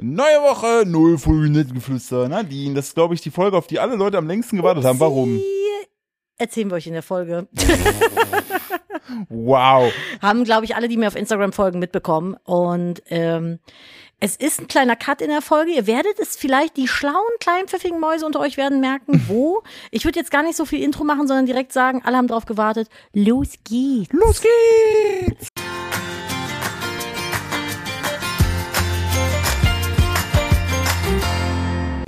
Neue Woche, null Fulminetengeflüster. Nadine, das ist, glaube ich, die Folge, auf die alle Leute am längsten gewartet haben. Warum? Die erzählen wir euch in der Folge. Wow. Haben, glaube ich, alle, die mir auf Instagram folgen, mitbekommen. Und ähm, es ist ein kleiner Cut in der Folge. Ihr werdet es vielleicht, die schlauen kleinen pfiffigen Mäuse unter euch werden merken, wo. Ich würde jetzt gar nicht so viel Intro machen, sondern direkt sagen, alle haben drauf gewartet. Los geht's. Los geht's!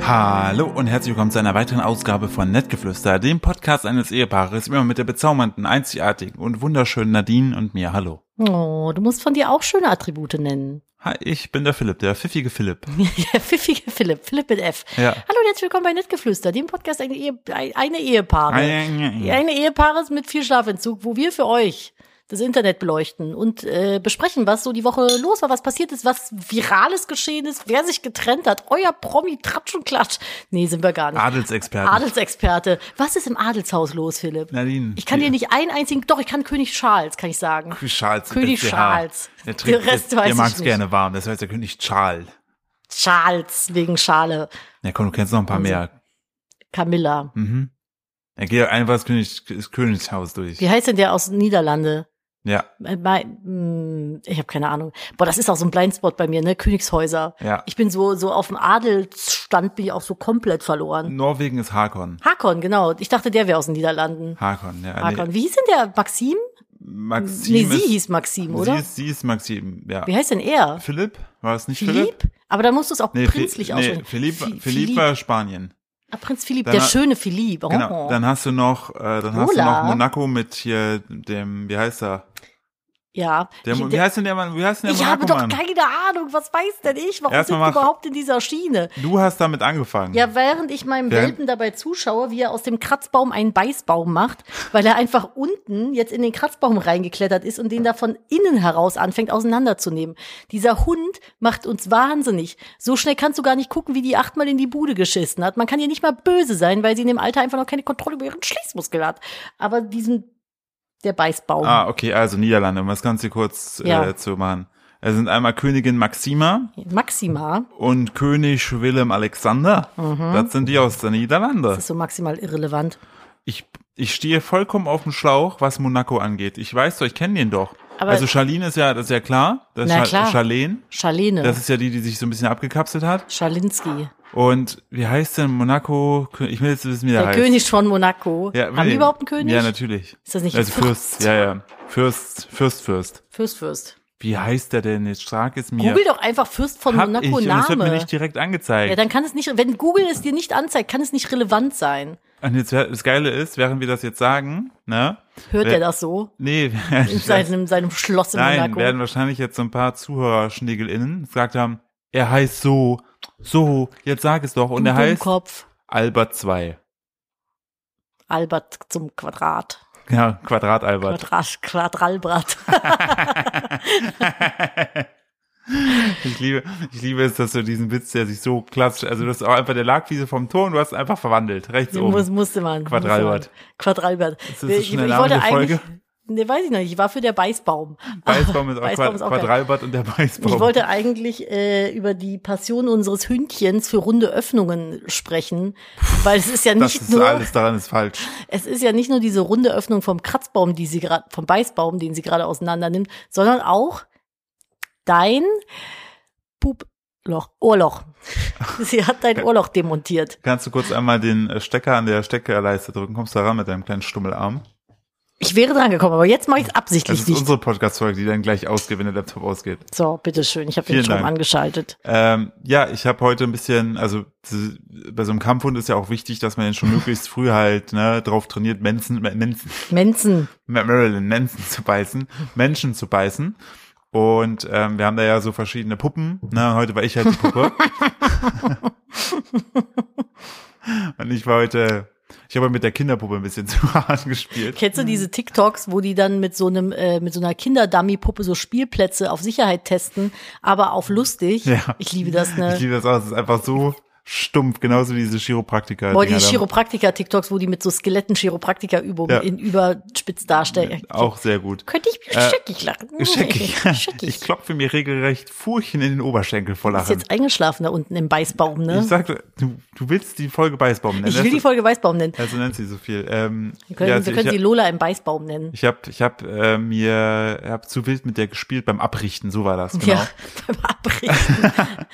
Hallo und herzlich willkommen zu einer weiteren Ausgabe von Nettgeflüster, dem Podcast eines Ehepaares, immer mit der bezaubernden, einzigartigen und wunderschönen Nadine und mir. Hallo. Oh, du musst von dir auch schöne Attribute nennen. Hi, ich bin der Philipp, der pfiffige Philipp. Der pfiffige Philipp, Philipp mit F. Ja. Hallo und herzlich willkommen bei Nettgeflüster, dem Podcast eine, Ehe, eine Ehepaare. Eine Ehepaares mit viel Schlafentzug, wo wir für euch das Internet beleuchten und äh, besprechen, was so die Woche los war, was passiert ist, was Virales geschehen ist, wer sich getrennt hat, euer Promi, Tratsch und Klatsch. Nee, sind wir gar Ah, nicht. Adelsexperte. Adelsexperte. Was ist im Adelshaus los, Philipp? Nadine. Ich kann dir nicht einen einzigen, doch, ich kann König Charles, kann ich sagen. Charles. König SDH. Charles. Ah, Der, trinkt, Der Rest der, weiß der ich mag's nicht. gerne warm, das heißt der König Charles. Charles, wegen Schale. Ja, komm, du kennst noch ein Also paar mehr. Camilla. Mhm. Er geht einfach das, König, das Königshaus durch. Wie heißt denn der aus Niederlande? Ja, Äh, bei- mh, Ich habe keine Ahnung. Boah, das ist auch so ein Blindspot bei mir, ne? Königshäuser. ja. Ich bin so, so auf dem Adelsstand bin ich auch so komplett verloren. Norwegen ist Hakon. Hakon, genau. Ich dachte, der wäre aus den Niederlanden. Hakon, ja. Hakon. Wie hieß denn der? Maxim? Maxim Nee, sie ist, hieß Maxim, Sie oder? ist, sie ist Maxim, ja. Wie heißt denn er? Philipp? War es nicht Philipp? Philipp? Aber dann musst du es auch Nee, Fi- prinzlich nee aussprechen. Philipp, Fi- Philipp, war Spanien. Ah, Prinz Philipp, Dann der ha- schöne Philipp. Oh. Genau. Dann hast du noch, äh, dann hast du Lola. noch Monaco mit hier dem, wie heißt er? ja. Der, ich Mo- wie heißt denn der Mann? Wie heißt denn der ich habe Monaco doch Mann? keine Ahnung, was weiß denn ich? Warum Erst sind mal wir mach- überhaupt in dieser Schiene? Du hast damit angefangen. Ja, während ich meinem Während- Welpen dabei zuschaue, wie er aus dem Kratzbaum einen Beißbaum macht, weil er einfach unten jetzt in den Kratzbaum reingeklettert ist und den da von innen heraus anfängt auseinanderzunehmen. Dieser Hund macht uns wahnsinnig. So schnell kannst du gar nicht gucken, wie die achtmal in die Bude geschissen hat. Man kann ihr nicht mal böse sein, weil sie in dem Alter einfach noch keine Kontrolle über ihren Schließmuskel hat. Aber diesen, der Beißbaum. Ah, okay, also Niederlande, um das Ganze kurz äh, Ja. zu machen. Es sind einmal Königin Maxima Maxima, und König Willem Alexander. Das sind die aus der Niederlande. Mhm. das ist so maximal irrelevant. Ich, ich stehe vollkommen auf dem Schlauch, was Monaco angeht. Ich weiß doch, ich kenne den doch. Aber- also Charlene ist ja, das ist ja klar. Das Na Scha- klar. Charlene. Charlene, Das ist ja die, die sich so ein bisschen abgekapselt hat. Schalinski. Und wie heißt denn Monaco? Ich will jetzt wissen, wie der, Der heißt. König von Monaco. Haben die überhaupt einen König? Ja, natürlich. Ist das nicht also Fürst? Fürst? Ja, ja. Fürst, Fürst, Fürst. Fürst, Fürst. Wie heißt der denn? Jetzt frag es mir. Google doch einfach Fürst von Hab ich, Monaco und das wird mir Name. nicht direkt angezeigt. Ja, dann kann es nicht, wenn Google es dir nicht anzeigt, kann es nicht relevant sein. und jetzt, wär- das Geile ist, während wir das jetzt sagen, ne? Hört Wer- er das so? Nee, In seinem, seinem Schloss in nein, werden Monaco. wahrscheinlich jetzt so ein paar ZuhörerschniegelInnen gesagt haben, er heißt so, so, jetzt sag es doch. Und er heißt Kopf, Albert 2. Albert zum Quadrat. Ja, Quadrat Albert. Quadrat, Quadralbrat. Ich liebe, ich liebe es, dass du diesen Witz, der sich so klassisch, also das ist auch einfach der Lagwiese vom Ton, du hast es einfach verwandelt. Rechts oben. Muss, musste man. Quadralbert. musste man. Quadralbert. um. das schon der Name der Folge? Ne, weiß ich noch nicht. Ich war für der Beißbaum. Weißbaum ist auch, Weißbaum Quad ist auch geil. Quadralbert und der Weißbaum. Ich wollte eigentlich äh, über die Passion unseres Hündchens für runde Öffnungen sprechen, weil es ist ja das nicht ist nur alles daran ist falsch. es ist ja nicht nur diese runde Öffnung vom Kratzbaum, die sie gerade vom Beißbaum, den sie gerade auseinander nimmt, sondern auch dein Puploch, Ohrloch. sie hat dein Ohrloch demontiert. Kannst du kurz einmal den äh, Stecker an der Steckerleiste drücken? Kommst du da ran mit deinem kleinen Stummelarm? Ich wäre dran gekommen, aber jetzt mache ich es Das absichtlich ist nicht. unsere Podcast-Folge, die dann gleich ausgeht, wenn der Laptop ausgeht. So, bitteschön, ich habe Vielen den Strom Dank. angeschaltet. Ähm, ja, ich habe heute ein bisschen, also z- bei so einem Kampfhund ist ja auch wichtig, dass man den schon möglichst früh halt ne, drauf trainiert, Menschen, Menschen, Mensen, Marilyn Manson zu beißen, Menschen zu beißen. Und ähm, wir haben da ja so verschiedene Puppen. Na, heute war ich halt die Puppe. Und ich war heute, ich habe mit der Kinderpuppe ein bisschen zu hart gespielt. kennst du diese TikToks, wo die dann mit so einem äh, mit so einer Kinderdummy-Puppe so Spielplätze auf Sicherheit testen, aber auf lustig? Ja. Ich liebe das, ne? Ich liebe das auch, es ist einfach so, stumpf, genauso wie diese Chiropraktiker. Boah, die Chiropraktiker-TikToks, wo die mit so Skeletten-Chiropraktiker-Übungen Ja. in überspitzt darstellen. Auch sehr gut. Könnte ich Äh, scheckig lachen. Scheckig. Scheckig. Ich klopfe mir regelrecht Furchen in den Oberschenkel vor ist Lachen. jetzt eingeschlafen da unten im Beißbaum, Ich ne? sagte, du, du willst die Folge Beißbaum nennen. Ich will die Folge Beißbaum nennen. also nennt sie so viel. Ähm, Wir können, ja, also wir können ich, sie Lola im Beißbaum nennen. Ich habe ich hab, äh, mir hab zu wild mit der gespielt beim Abrichten, so war das, genau. Ja, beim Abrichten,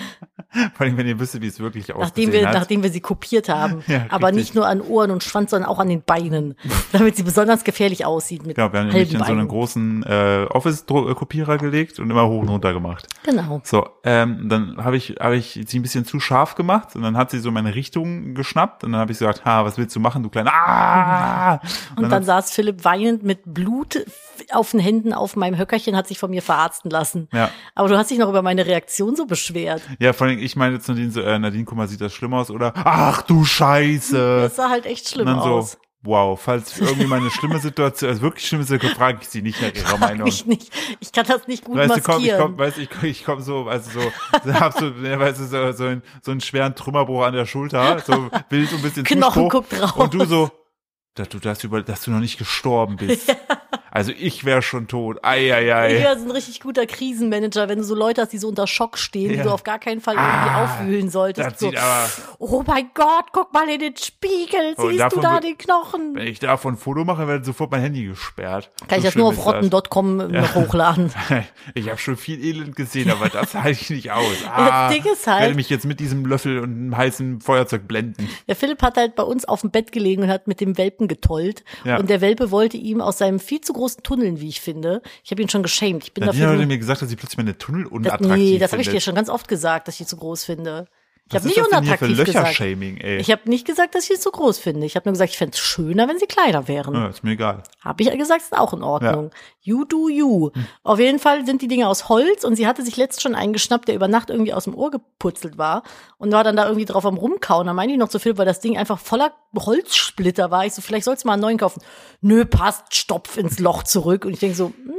Vor allem, wenn ihr wisst, wie es wirklich nachdem ausgesehen wir, hat. nachdem wir sie kopiert haben. Ja, Aber richtig. nicht nur an Ohren und Schwanz, sondern auch an den Beinen. Damit sie besonders gefährlich aussieht mit genau, wir haben halben nämlich in so einen Beinen. großen äh, Office-Kopierer gelegt und immer hoch und runter gemacht. genau. So, ähm, dann habe ich, hab ich sie ein bisschen zu scharf gemacht und dann hat sie so meine Richtung geschnappt und dann habe ich gesagt, ha, was willst du machen, du kleiner? Ah! Und dann, saß Philipp weinend mit Blut f- auf den Händen auf meinem Höckerchen, hat sich von mir verarzten lassen. Ja. Aber du hast dich noch über meine Reaktion so beschwert. Ja, vor allem, ich meine jetzt Nadine, so, äh, Nadine, guck mal, sieht das schlimm aus oder ach du Scheiße. Das sah halt echt Und schlimm dann so, aus. wow, falls irgendwie mal eine schlimme Situation, also wirklich schlimme Situation, frage ich sie nicht nach ihrer Frag Meinung. mich nicht. Ich kann das nicht gut Weißt du, komm, ich maskieren. komm, weißt, du, ich, komm- ich komm so, also so, so hab so, ja, weißt du, so, so, einen, so einen schweren Trümmerbruch an der Schulter, so wild und ein bisschen Zuspruch. Knochen guckt raus. Und du so, dass du das über, dass du noch nicht gestorben bist. Also ich wäre schon tot. Ei, ei, ei. Ja, ist ein richtig guter Krisenmanager, wenn du so Leute hast, die so unter Schock stehen, die Ja. du auf gar keinen Fall irgendwie Ah, aufwühlen solltest. das so, sieht aber- oh mein Gott, guck mal in den Spiegel, Oh, siehst du davon da wird- den Knochen? Wenn ich davon ein Foto mache, wird sofort mein Handy gesperrt. Kann ich So das nur schlimm auf ist das. rotten.com noch hochladen. Ich habe schon viel Elend gesehen, aber das halte ich nicht aus. Ah, Ding ist halt- werde mich jetzt mit diesem Löffel und einem heißen Feuerzeug blenden. Der Philipp hat halt bei uns auf dem Bett gelegen und hat mit dem Welpen getollt. Ja. Und der Welpe wollte ihm aus seinem viel zu großen Tunneln, wie ich finde, ich habe ihn schon geschämt. Ich bin Nadine dafür. hat mir gesagt, dass sie plötzlich meine Tunnel Das, unattraktiv nee, das habe ich findet. dir schon ganz oft gesagt, dass ich ihn zu groß finde. Ich Was habe Also ist nicht das denn hier für unattraktiv gesagt. Löcher-Shaming, ey? Ich habe nicht gesagt, dass ich sie zu groß finde. Ich habe nur gesagt, ich fänd's schöner, wenn sie kleiner wären. Ja, ist mir egal. Habe ich ja gesagt, ist auch in Ordnung. You do you. Hm. Auf jeden Fall sind die Dinge aus Holz und sie hatte sich letzt schon einen geschnappt, der über Nacht irgendwie aus dem Ohr geputzelt war und war dann da irgendwie drauf am Rumkauen. Da meinte ich noch zu viel, weil das Ding einfach voller Holzsplitter war. Ich so, vielleicht sollst du mal einen neuen kaufen. Nö, passt, stopf ins Loch zurück. Und ich denk so, mm,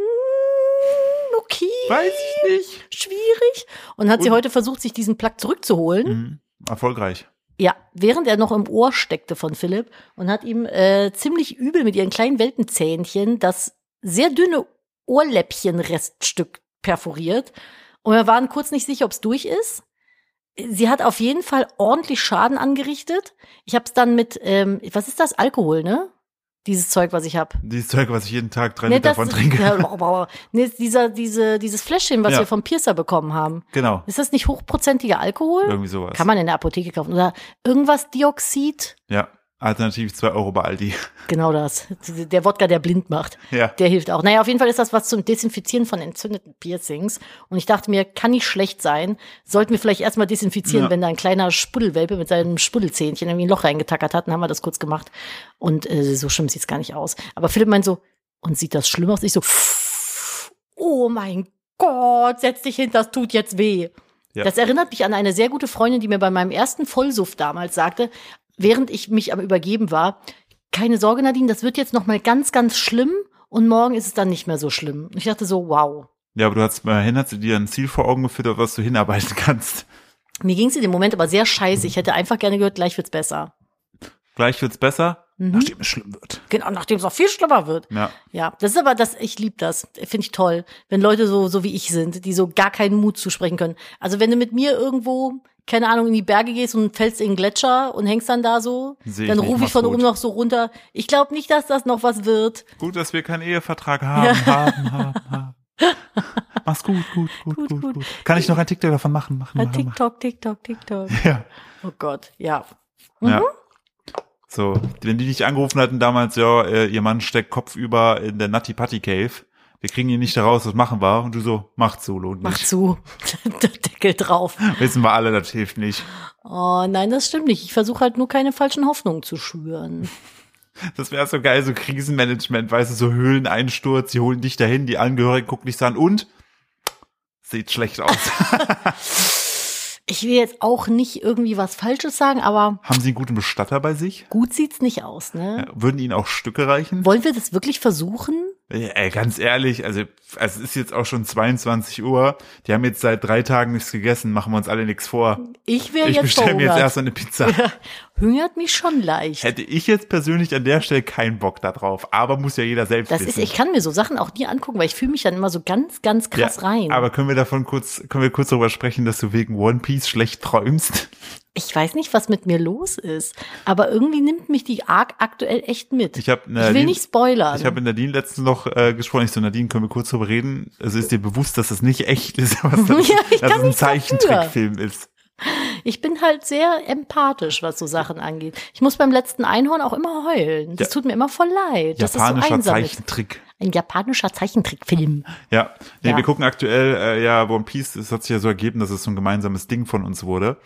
okay, Weiß ich nicht. schwierig. Und hat sie Und- heute versucht, sich diesen Plug zurückzuholen. Hm, erfolgreich. Ja, während er noch im Ohr steckte von Philipp und hat ihm äh, ziemlich übel mit ihren kleinen Welpenzähnchen das sehr dünne Ohrläppchen-Reststück perforiert. Und wir waren kurz nicht sicher, ob es durch ist. Sie hat auf jeden Fall ordentlich Schaden angerichtet. Ich habe es dann mit, ähm, was ist das? Alkohol, ne? Dieses Zeug, was ich habe. Dieses Zeug, was ich jeden Tag drei Liter von trinke. Ne, Ja, boah, boah. nee, ist dieser, diese, dieses Fläschchen, was Ja. wir vom Piercer bekommen haben. Genau. Ist das nicht hochprozentiger Alkohol? Irgendwie sowas. Kann man in der Apotheke kaufen. Oder irgendwas Dioxid. ja. Alternativ 2 Euro bei Aldi. Genau das. Der Wodka, der blind macht, Ja. der hilft auch. Naja, auf jeden Fall ist das was zum Desinfizieren von entzündeten Piercings. Und ich dachte mir, kann nicht schlecht sein. Sollten wir vielleicht erstmal desinfizieren, Ja. wenn da ein kleiner Spuddelwelpe mit seinem Spuddelzähnchen irgendwie ein Loch reingetackert hat. Dann haben wir das kurz gemacht. Und äh, so schlimm sieht's gar nicht aus. Aber Philipp meint so, und sieht das schlimm aus? Ich so, oh mein Gott, setz dich hin, das tut jetzt weh. Ja. Das erinnert mich an eine sehr gute Freundin, die mir bei meinem ersten Vollsuff damals sagte, während ich mich am Übergeben war, keine Sorge, Nadine, das wird jetzt noch mal ganz, ganz schlimm und morgen ist es dann nicht mehr so schlimm. Und Ich dachte so, wow. Ja, aber du hast, immerhin hast du dir ein Ziel vor Augen geführt, auf was du hinarbeiten kannst. Mir ging es in dem Moment aber sehr scheiße. Mhm. Ich hätte einfach gerne gehört, gleich wird's besser. Gleich wird's besser, Mhm. nachdem es schlimm wird. Genau, nachdem es noch viel schlimmer wird. Ja. Ja, das ist aber das, ich liebe das. Finde ich toll. Wenn Leute so, so wie ich sind, die so gar keinen Mut zusprechen können. Also wenn du mit mir irgendwo, keine Ahnung, in die Berge gehst und fällst in den Gletscher und hängst dann da so, Seh ich dann nicht, rufe ich mach's von gut. oben noch so runter. Ich glaube nicht, dass das noch was wird. Gut, dass wir keinen Ehevertrag haben, haben, haben, haben. Mach's gut, gut, gut, gut, Gut, gut, gut. Kann ich noch ein TikTok davon machen, machen, Ah, machen, TikTok, TikTok, TikTok. machen. Ja. Oh Gott, ja. Ja. So, wenn die dich angerufen hatten damals, ja, äh, ihr Mann steckt kopfüber in der Nutty Putty Cave. Wir kriegen ihn nicht da raus, was machen wir? Und du so, macht so, lohnt Mach nicht. zu. Der Deckel drauf. Wissen wir alle, das hilft nicht. Oh nein, das stimmt nicht. Ich versuche halt nur keine falschen Hoffnungen zu schüren. Das wäre so geil, so Krisenmanagement, weißt du, so Höhleneinsturz, die holen dich dahin, die Angehörigen gucken dich so an und sieht schlecht aus. Ich will jetzt auch nicht irgendwie was Falsches sagen, aber Haben sie einen guten Bestatter bei sich? gut sieht's nicht aus, ne? Würden ihnen auch Stücke reichen? Äh, Wollen wir das wirklich versuchen? Ey, ganz ehrlich, also, also es ist jetzt auch schon 22 Uhr. Die haben jetzt seit drei Tagen nichts gegessen, machen wir uns alle nichts vor. Ich wäre Ich jetzt bestelle mir jetzt verhungert. erstmal eine Pizza. Hungert mich schon leicht. Hätte ich jetzt persönlich an der Stelle keinen Bock da drauf, aber muss ja jeder selbst Das ist, wissen. ich kann mir so Sachen auch nie angucken, weil ich fühle mich dann immer so ganz, ganz krass ja, rein. Aber können wir davon kurz, können wir kurz darüber sprechen, dass du wegen One Piece schlecht träumst? ich weiß nicht, was mit mir los ist, aber irgendwie nimmt mich die arg aktuell echt mit. Ich hab, ich will nicht spoilern. Ich habe mit Nadine letztens noch äh, gesprochen. Ich so, Nadine, können wir kurz drüber reden? Also ist dir bewusst, dass das nicht echt ist, was das, Ja, ich dass es kann ein nicht dafür. Zeichentrickfilm ist? Ich bin halt sehr empathisch, was so Sachen angeht. Ich muss beim letzten Einhorn auch immer heulen. Das Ja. tut mir immer voll leid. Das ist so Japanischer einsam. ist. Zeichentrick. Ein japanischer Zeichentrickfilm. Ja, nee, Ja. wir gucken aktuell äh, ja One Piece. Es hat sich ja so ergeben, dass es so ein gemeinsames Ding von uns wurde.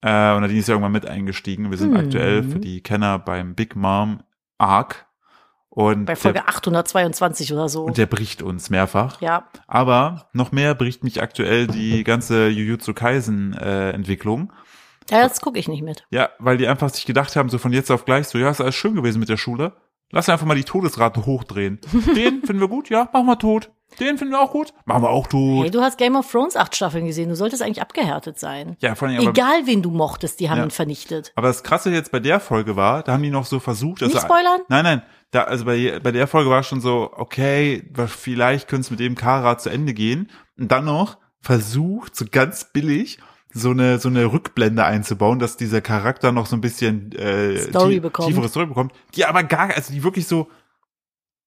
Äh, und Nadine ist ja irgendwann mit eingestiegen. Wir sind Hm. aktuell für die Kenner beim Big Mom Arc. Und Bei Folge der, 822 oder so. und der bricht uns mehrfach. Ja, Aber noch mehr bricht mich aktuell die ganze Jujutsu Kaisen äh, Entwicklung. ja das gucke ich nicht mit. Ja, weil die einfach sich gedacht haben, so von jetzt auf gleich, so, ja, ist alles schön gewesen mit der Schule. Lass einfach mal die Todesrate hochdrehen. Den finden wir gut, ja, machen wir tot. Den finden wir auch gut, machen wir auch Hey, tot. du hast Game of Thrones acht Staffeln gesehen. Du solltest eigentlich abgehärtet sein. Ja, vor allem, aber, Egal, wen du mochtest, die haben Ja. ihn vernichtet. aber das Krasse jetzt bei der Folge war, da haben die noch so versucht, also, Nicht spoilern? nein, nein, da, also bei, bei der Folge war schon so, okay, wa- vielleicht könnte es mit dem Kara zu Ende gehen. Und dann noch versucht, so ganz billig, so eine, so eine Rückblende einzubauen, dass dieser Charakter noch so ein bisschen, äh, Story tie- bekommt. tiefere Story bekommt, die aber gar, also die wirklich so,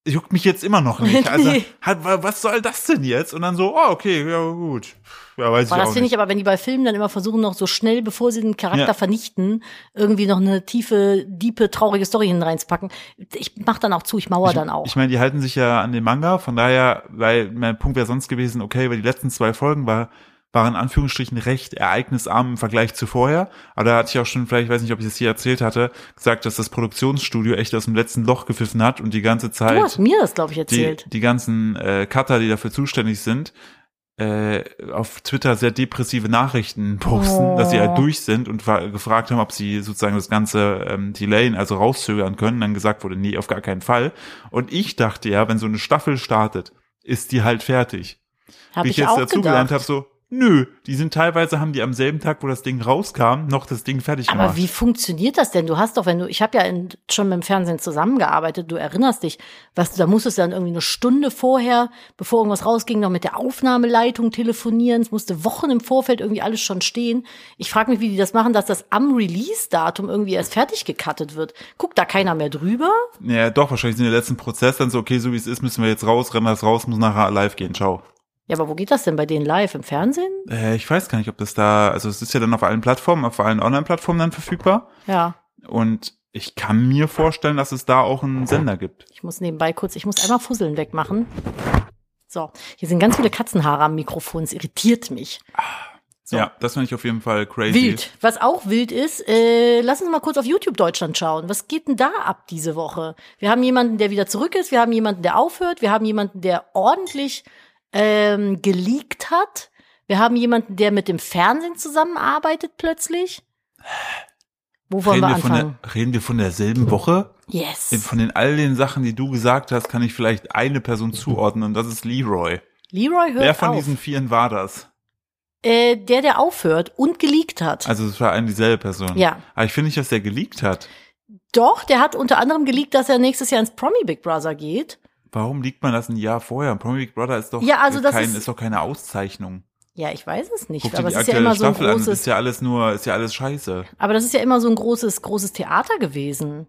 juckt mich jetzt immer noch nicht. Also, Nee. hat, wa- was soll das denn jetzt? Und dann so, oh, okay, ja, gut. Ja, weiß Boah, ich das auch finde nicht. ich aber, wenn die bei Filmen dann immer versuchen, noch so schnell, bevor sie den Charakter Ja. vernichten, irgendwie noch eine tiefe, diepe, traurige Story hineinzupacken. Ich mach dann auch zu, ich mauer dann auch. Ich meine, die halten sich ja an den Manga, von daher, weil mein Punkt wäre sonst gewesen, okay, weil die letzten zwei Folgen war, waren in Anführungsstrichen recht ereignisarm im Vergleich zu vorher. Aber da hatte ich auch schon, vielleicht, ich weiß nicht, ob ich das hier erzählt hatte, gesagt, dass das Produktionsstudio echt aus dem letzten Loch gepfiffen hat und die ganze Zeit. du hast mir das, glaube ich, halt. die, erzählt. die ganzen äh, Cutter, die dafür zuständig sind, äh, auf Twitter sehr depressive Nachrichten posten, Oh. dass sie halt durch sind und fra- gefragt haben, ob sie sozusagen das ganze ähm, Delayen, also rauszögern können. Dann gesagt wurde, nee, auf gar keinen Fall. Und ich dachte ja, wenn so eine Staffel startet, ist die halt fertig. Habe Wie ich, ich jetzt auch dazu gelernt gedacht. habe, so, nö, die sind teilweise, haben die am selben Tag, wo das Ding rauskam, noch das Ding fertig Aber gemacht. wie funktioniert das denn? Du hast doch, wenn du, ich habe ja in, schon mit dem Fernsehen zusammengearbeitet, du erinnerst dich, was du, da musstest du dann irgendwie eine Stunde vorher, bevor irgendwas rausging, noch mit der Aufnahmeleitung telefonieren. Es musste Wochen im Vorfeld irgendwie alles schon stehen. Ich frage mich, wie die das machen, dass das am Release-Datum irgendwie erst fertig gecuttet wird. Guckt da keiner mehr drüber? Ja, doch, wahrscheinlich sind der letzten Prozess dann so, okay, so wie es ist, müssen wir jetzt raus, rennen wir das raus, muss nachher live gehen, ciao. Ja, aber wo geht das denn bei denen live? Im Fernsehen? Äh, ich weiß gar nicht, ob das da, also es ist ja dann auf allen Plattformen, auf allen Online-Plattformen dann verfügbar. Ja. Und ich kann mir vorstellen, dass es da auch einen Sender gibt. Ich muss nebenbei kurz, ich muss einmal Fusseln wegmachen. So, hier sind ganz viele Katzenhaare am Mikrofon. Es irritiert mich. So. Ja, das finde ich auf jeden Fall crazy. Wild. Was auch wild ist, äh, lass uns mal kurz auf YouTube Deutschland schauen. Was geht denn da ab diese Woche? Wir haben jemanden, der wieder zurück ist, wir haben jemanden, der aufhört, wir haben jemanden, der ordentlich ähm, geleakt hat, wir haben jemanden, der mit dem Fernsehen zusammenarbeitet plötzlich. Wo wollen Reden wir wir, von anfangen? der, reden wir von derselben Woche? Yes. Von den all den Sachen, die du gesagt hast, kann ich vielleicht eine Person zuordnen und das ist Leroy. Leroy hört Wer von auf. diesen Vieren war das? äh, der, der aufhört und geleakt hat. Also es war eine dieselbe Person. Ja. Aber ich finde nicht, dass der geleakt hat. Doch, der hat unter anderem geleakt, dass er nächstes Jahr ins Promi Big Brother geht. Warum liegt man das ein Jahr vorher? Promi Big Brother ist doch, Ja, also das kein, ist- ist doch keine Auszeichnung. Ja, ich weiß es nicht, Guck dir aber die es ist ja aktuelle immer so ein Staffel an, das großes ist ja alles nur, ist ja alles scheiße. Äh, Aber das ist ja immer so ein großes, großes Theater gewesen.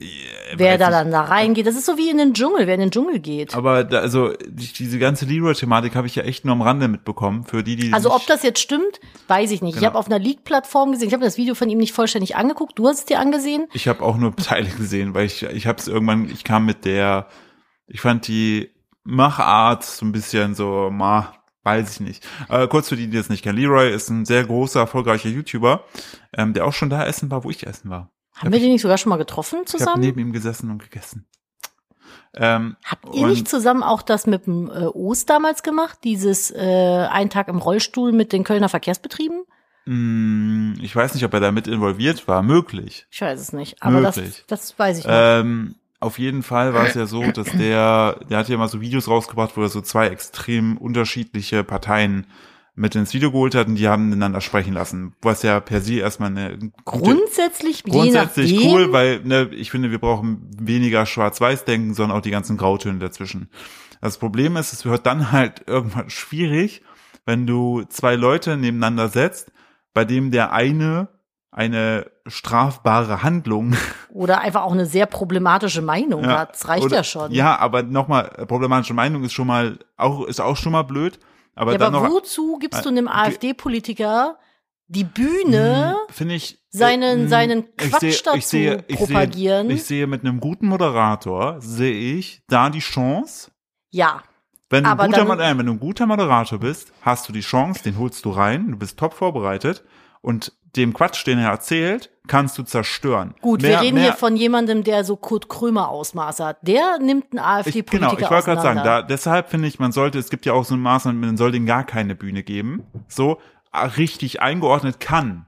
Ja, Wer weiß da ich. dann da reingeht, das ist so wie in den Dschungel, wer in den Dschungel geht. Aber da, also die, diese ganze Leroy-Thematik habe ich ja echt nur am Rande mitbekommen. Für die, die Also nicht- ob das jetzt stimmt, weiß ich nicht. Ich Genau. habe auf einer League-Plattform gesehen, ich habe das Video von ihm nicht vollständig angeguckt, du hast es dir angesehen. ich habe auch nur Teile gesehen, weil ich ich habe es irgendwann. Ich kam mit der. Ich fand die Machart so ein bisschen so ma. Weiß ich nicht. Äh, kurz für die, die das nicht kennen. Leroy ist ein sehr großer, erfolgreicher YouTuber, ähm, der auch schon da essen war, wo ich essen war. Haben wir ich- den nicht sogar schon mal getroffen Ich habe zusammen? neben ihm gesessen und gegessen. Ähm, Habt ihr nicht und- zusammen auch das mit dem äh, Oos damals gemacht? Dieses äh, Ein Tag im Rollstuhl mit den Kölner Verkehrsbetrieben? mh, ich weiß nicht, ob er da mit involviert war. Möglich. Ich weiß es nicht, aber das, Möglich. das weiß ich nicht. Ähm, auf jeden Fall war es ja so, dass der, der hat ja mal so Videos rausgebracht, wo er so zwei extrem unterschiedliche Parteien mit ins Video geholt hat und die haben miteinander sprechen lassen. Was ja per se erstmal eine gute, Grundsätzlich, grundsätzlich je nachdem, cool, weil ne, ich finde, wir brauchen weniger Schwarz-Weiß-Denken, sondern auch die ganzen Grautöne dazwischen. Das Problem ist, es wird dann halt irgendwann schwierig, wenn du zwei Leute nebeneinander setzt, bei dem der eine eine strafbare Handlung Oder einfach auch eine sehr problematische Meinung Ja, hat. Oh Das reicht oder- ja schon. Ja, aber nochmal, äh, problematische Meinung ist schon mal auch, ist auch schon mal blöd. Aber Ja, dann aber noch, wozu gibst äh, du einem AfD-Politiker die Bühne? Hm, finde ich, äh, ne? seinen- hm, seinen Quatsch dazu propagieren? Sehe, ich sehe mit einem guten Moderator, sehe ich da die Chance, Ja. wenn du, ein Aber guter, dann- Mod- äh, wenn du ein guter Moderator bist, hast du die Chance, den holst du rein, du bist top vorbereitet und dem Quatsch, den er erzählt, kannst du zerstören. Gut, Mehr- wir reden mehr- hier von jemandem, der so Kurt Krömer Ausmaß hat. Der nimmt einen Ich, AfD-Politiker genau, ich wollte gerade sagen, auseinander. da, deshalb finde ich, man sollte, es gibt ja auch so ein Maß, man soll denen gar keine Bühne geben. So, ah, richtig eingeordnet kann.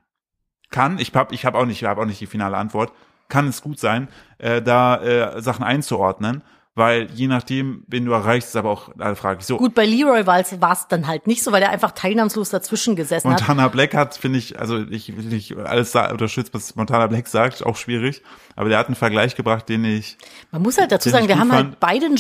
Kann, ich habe ich hab auch, nicht, ich hab auch nicht die finale Antwort, kann es gut sein, äh, da äh, Sachen einzuordnen, weil je nachdem, wen du erreichst, ist aber auch eine Frage. So, Gut, bei Leroy Walz war es dann halt nicht so, weil er einfach teilnahmslos dazwischen gesessen hat. Montana Black hat, finde ich, also ich will nicht alles sa- unterstützt, was Montana Black sagt, auch schwierig, aber der hat einen Vergleich gebracht, den ich Man muss halt dazu den ich sagen, wir gut haben fand. halt beide ein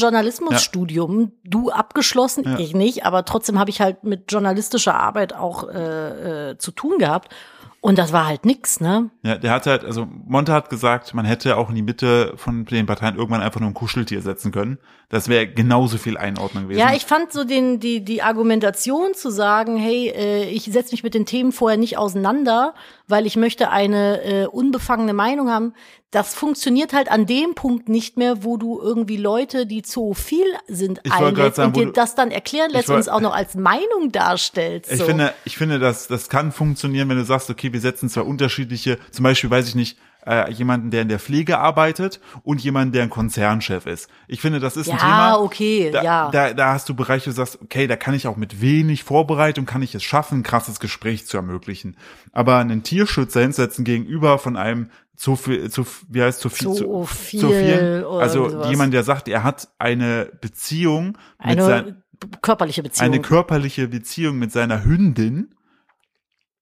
Journalismusstudium. Du abgeschlossen, Ja. ich nicht, aber trotzdem habe ich halt mit journalistischer Arbeit auch äh, äh, zu tun gehabt. Und das war halt nix, ne? Ja, der hat halt, also Monte hat gesagt, man hätte auch in die Mitte von den Parteien irgendwann einfach nur ein Kuscheltier setzen können. Das wäre genauso viel Einordnung gewesen. Ja, ich fand so den, die, die Argumentation zu sagen, hey, äh, ich setze mich mit den Themen vorher nicht auseinander, weil ich möchte eine äh, unbefangene Meinung haben, das funktioniert halt an dem Punkt nicht mehr, wo du irgendwie Leute, die zu viel sind, Ich wollte gerade einlädst sagen, und wo dir du- das dann erklären lässt und wollt- es auch noch als Meinung darstellst. Ich so. finde, ich finde, das, das kann funktionieren, wenn du sagst, okay, wir setzen zwei unterschiedliche, zum Beispiel, weiß ich nicht, äh, jemanden, der in der Pflege arbeitet und jemanden, der ein Konzernchef ist. Ich finde, das ist ein Ja, Thema. okay, da, ja. Da, da hast du Bereiche, wo du sagst, okay, da kann ich auch mit wenig Vorbereitung, kann ich es schaffen, ein krasses Gespräch zu ermöglichen. Aber einen Tierschützer hinsetzen gegenüber von einem zu viel, zu, wie heißt zu viel, Zu zu, viel zu vielen. oder irgendwie Also sowas. jemand, der sagt, er hat eine Beziehung mit sein, eine b- körperliche Beziehung. eine körperliche Beziehung mit seiner Hündin,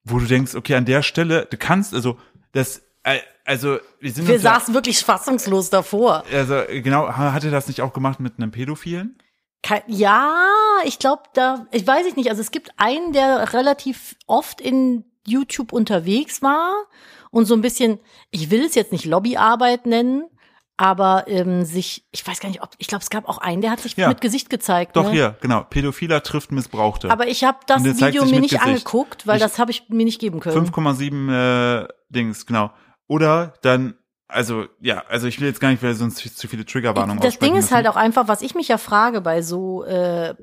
wo du denkst, okay, an der Stelle, du kannst, also, das, äh, also, wir sind wir uns ja- saßen wirklich fassungslos davor. also, äh, genau, ha- hat er das nicht auch gemacht mit einem Pädophilen? Kein, ja, ich glaube, da, ich weiß ich nicht. Also es gibt einen, der relativ oft in YouTube unterwegs war und so ein bisschen, ich will es jetzt nicht Lobbyarbeit nennen, aber ähm, sich, ich weiß gar nicht, ob, ich glaube, es gab auch einen, der hat sich Ja. mit Gesicht gezeigt. Doch, ne? hier, genau, Pädophiler trifft Missbrauchte. Aber ich habe das Und der zeigt Video sich mir mit nicht Gesicht. angeguckt, weil Ich- das habe ich mir nicht geben können. 5,7 äh, Dings, genau. Oder dann, also, ja, also ich will jetzt gar nicht, weil sonst zu viele Triggerwarnungen Das Ding aussprechen ist müssen. halt auch einfach, was ich mich ja frage bei so äh,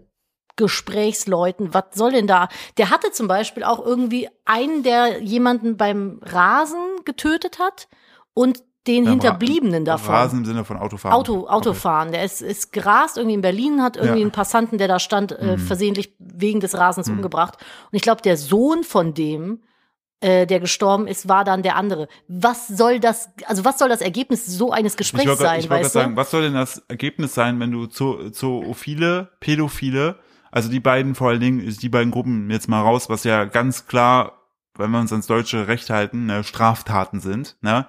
Gesprächsleuten, was soll denn da? Der hatte zum Beispiel auch irgendwie einen, der jemanden beim Rasen getötet hat und Beim den Ra- Hinterbliebenen davon. Rasen im Sinne von Autofahren. Auto, Autofahren. Der ist, ist gerast irgendwie in Berlin, hat irgendwie Ja. Mhm. einen Passanten, der da stand, äh, versehentlich wegen des Rasens umgebracht. Und ich glaube, der Sohn von dem, äh, der gestorben ist, war dann der andere. Was soll das, also was soll das Ergebnis so eines Ich Gesprächs wollte sein, ich wollte weißt gerade du? sagen, was soll denn das Ergebnis sein, wenn du Zo- Zoophile, Pädophile, also die beiden vor allen Dingen, die beiden Gruppen jetzt mal raus, was ja ganz klar, wenn wir uns ans deutsche Recht halten, ne, Straftaten sind, ne?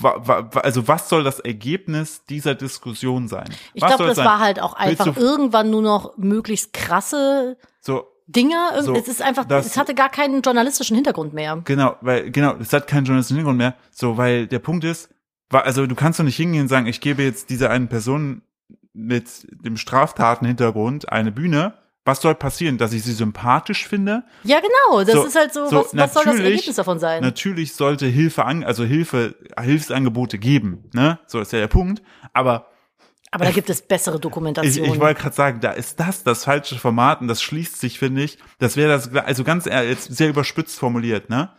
Wa- wa- wa- Also was soll das Ergebnis dieser Diskussion sein? Ich Was glaube, soll es das sein? war halt auch Willst einfach du- irgendwann nur noch möglichst krasse so Dinger. Irgend- So, es ist einfach, das- es hatte gar keinen journalistischen Hintergrund mehr. Genau, weil, genau, das hat keinen journalistischen Hintergrund mehr. So, weil der Punkt ist, wa- also du kannst doch nicht hingehen und sagen, ich gebe jetzt dieser einen Person mit dem Straftatenhintergrund eine Bühne. Was soll passieren? Dass ich sie sympathisch finde? Ja, genau. Das So, ist halt so, so, was, was soll das natürlich- Ergebnis davon sein? Natürlich sollte Hilfe an, also Hilfe, Hilfsangebote geben, ne? So ist ja der Punkt. Aber Aber da gibt es bessere ich, Dokumentationen. ich wollte gerade sagen, da ist das das falsche Format und das schließt sich, finde ich. Das wäre das, also ganz ehrlich, jetzt sehr überspitzt formuliert, ne?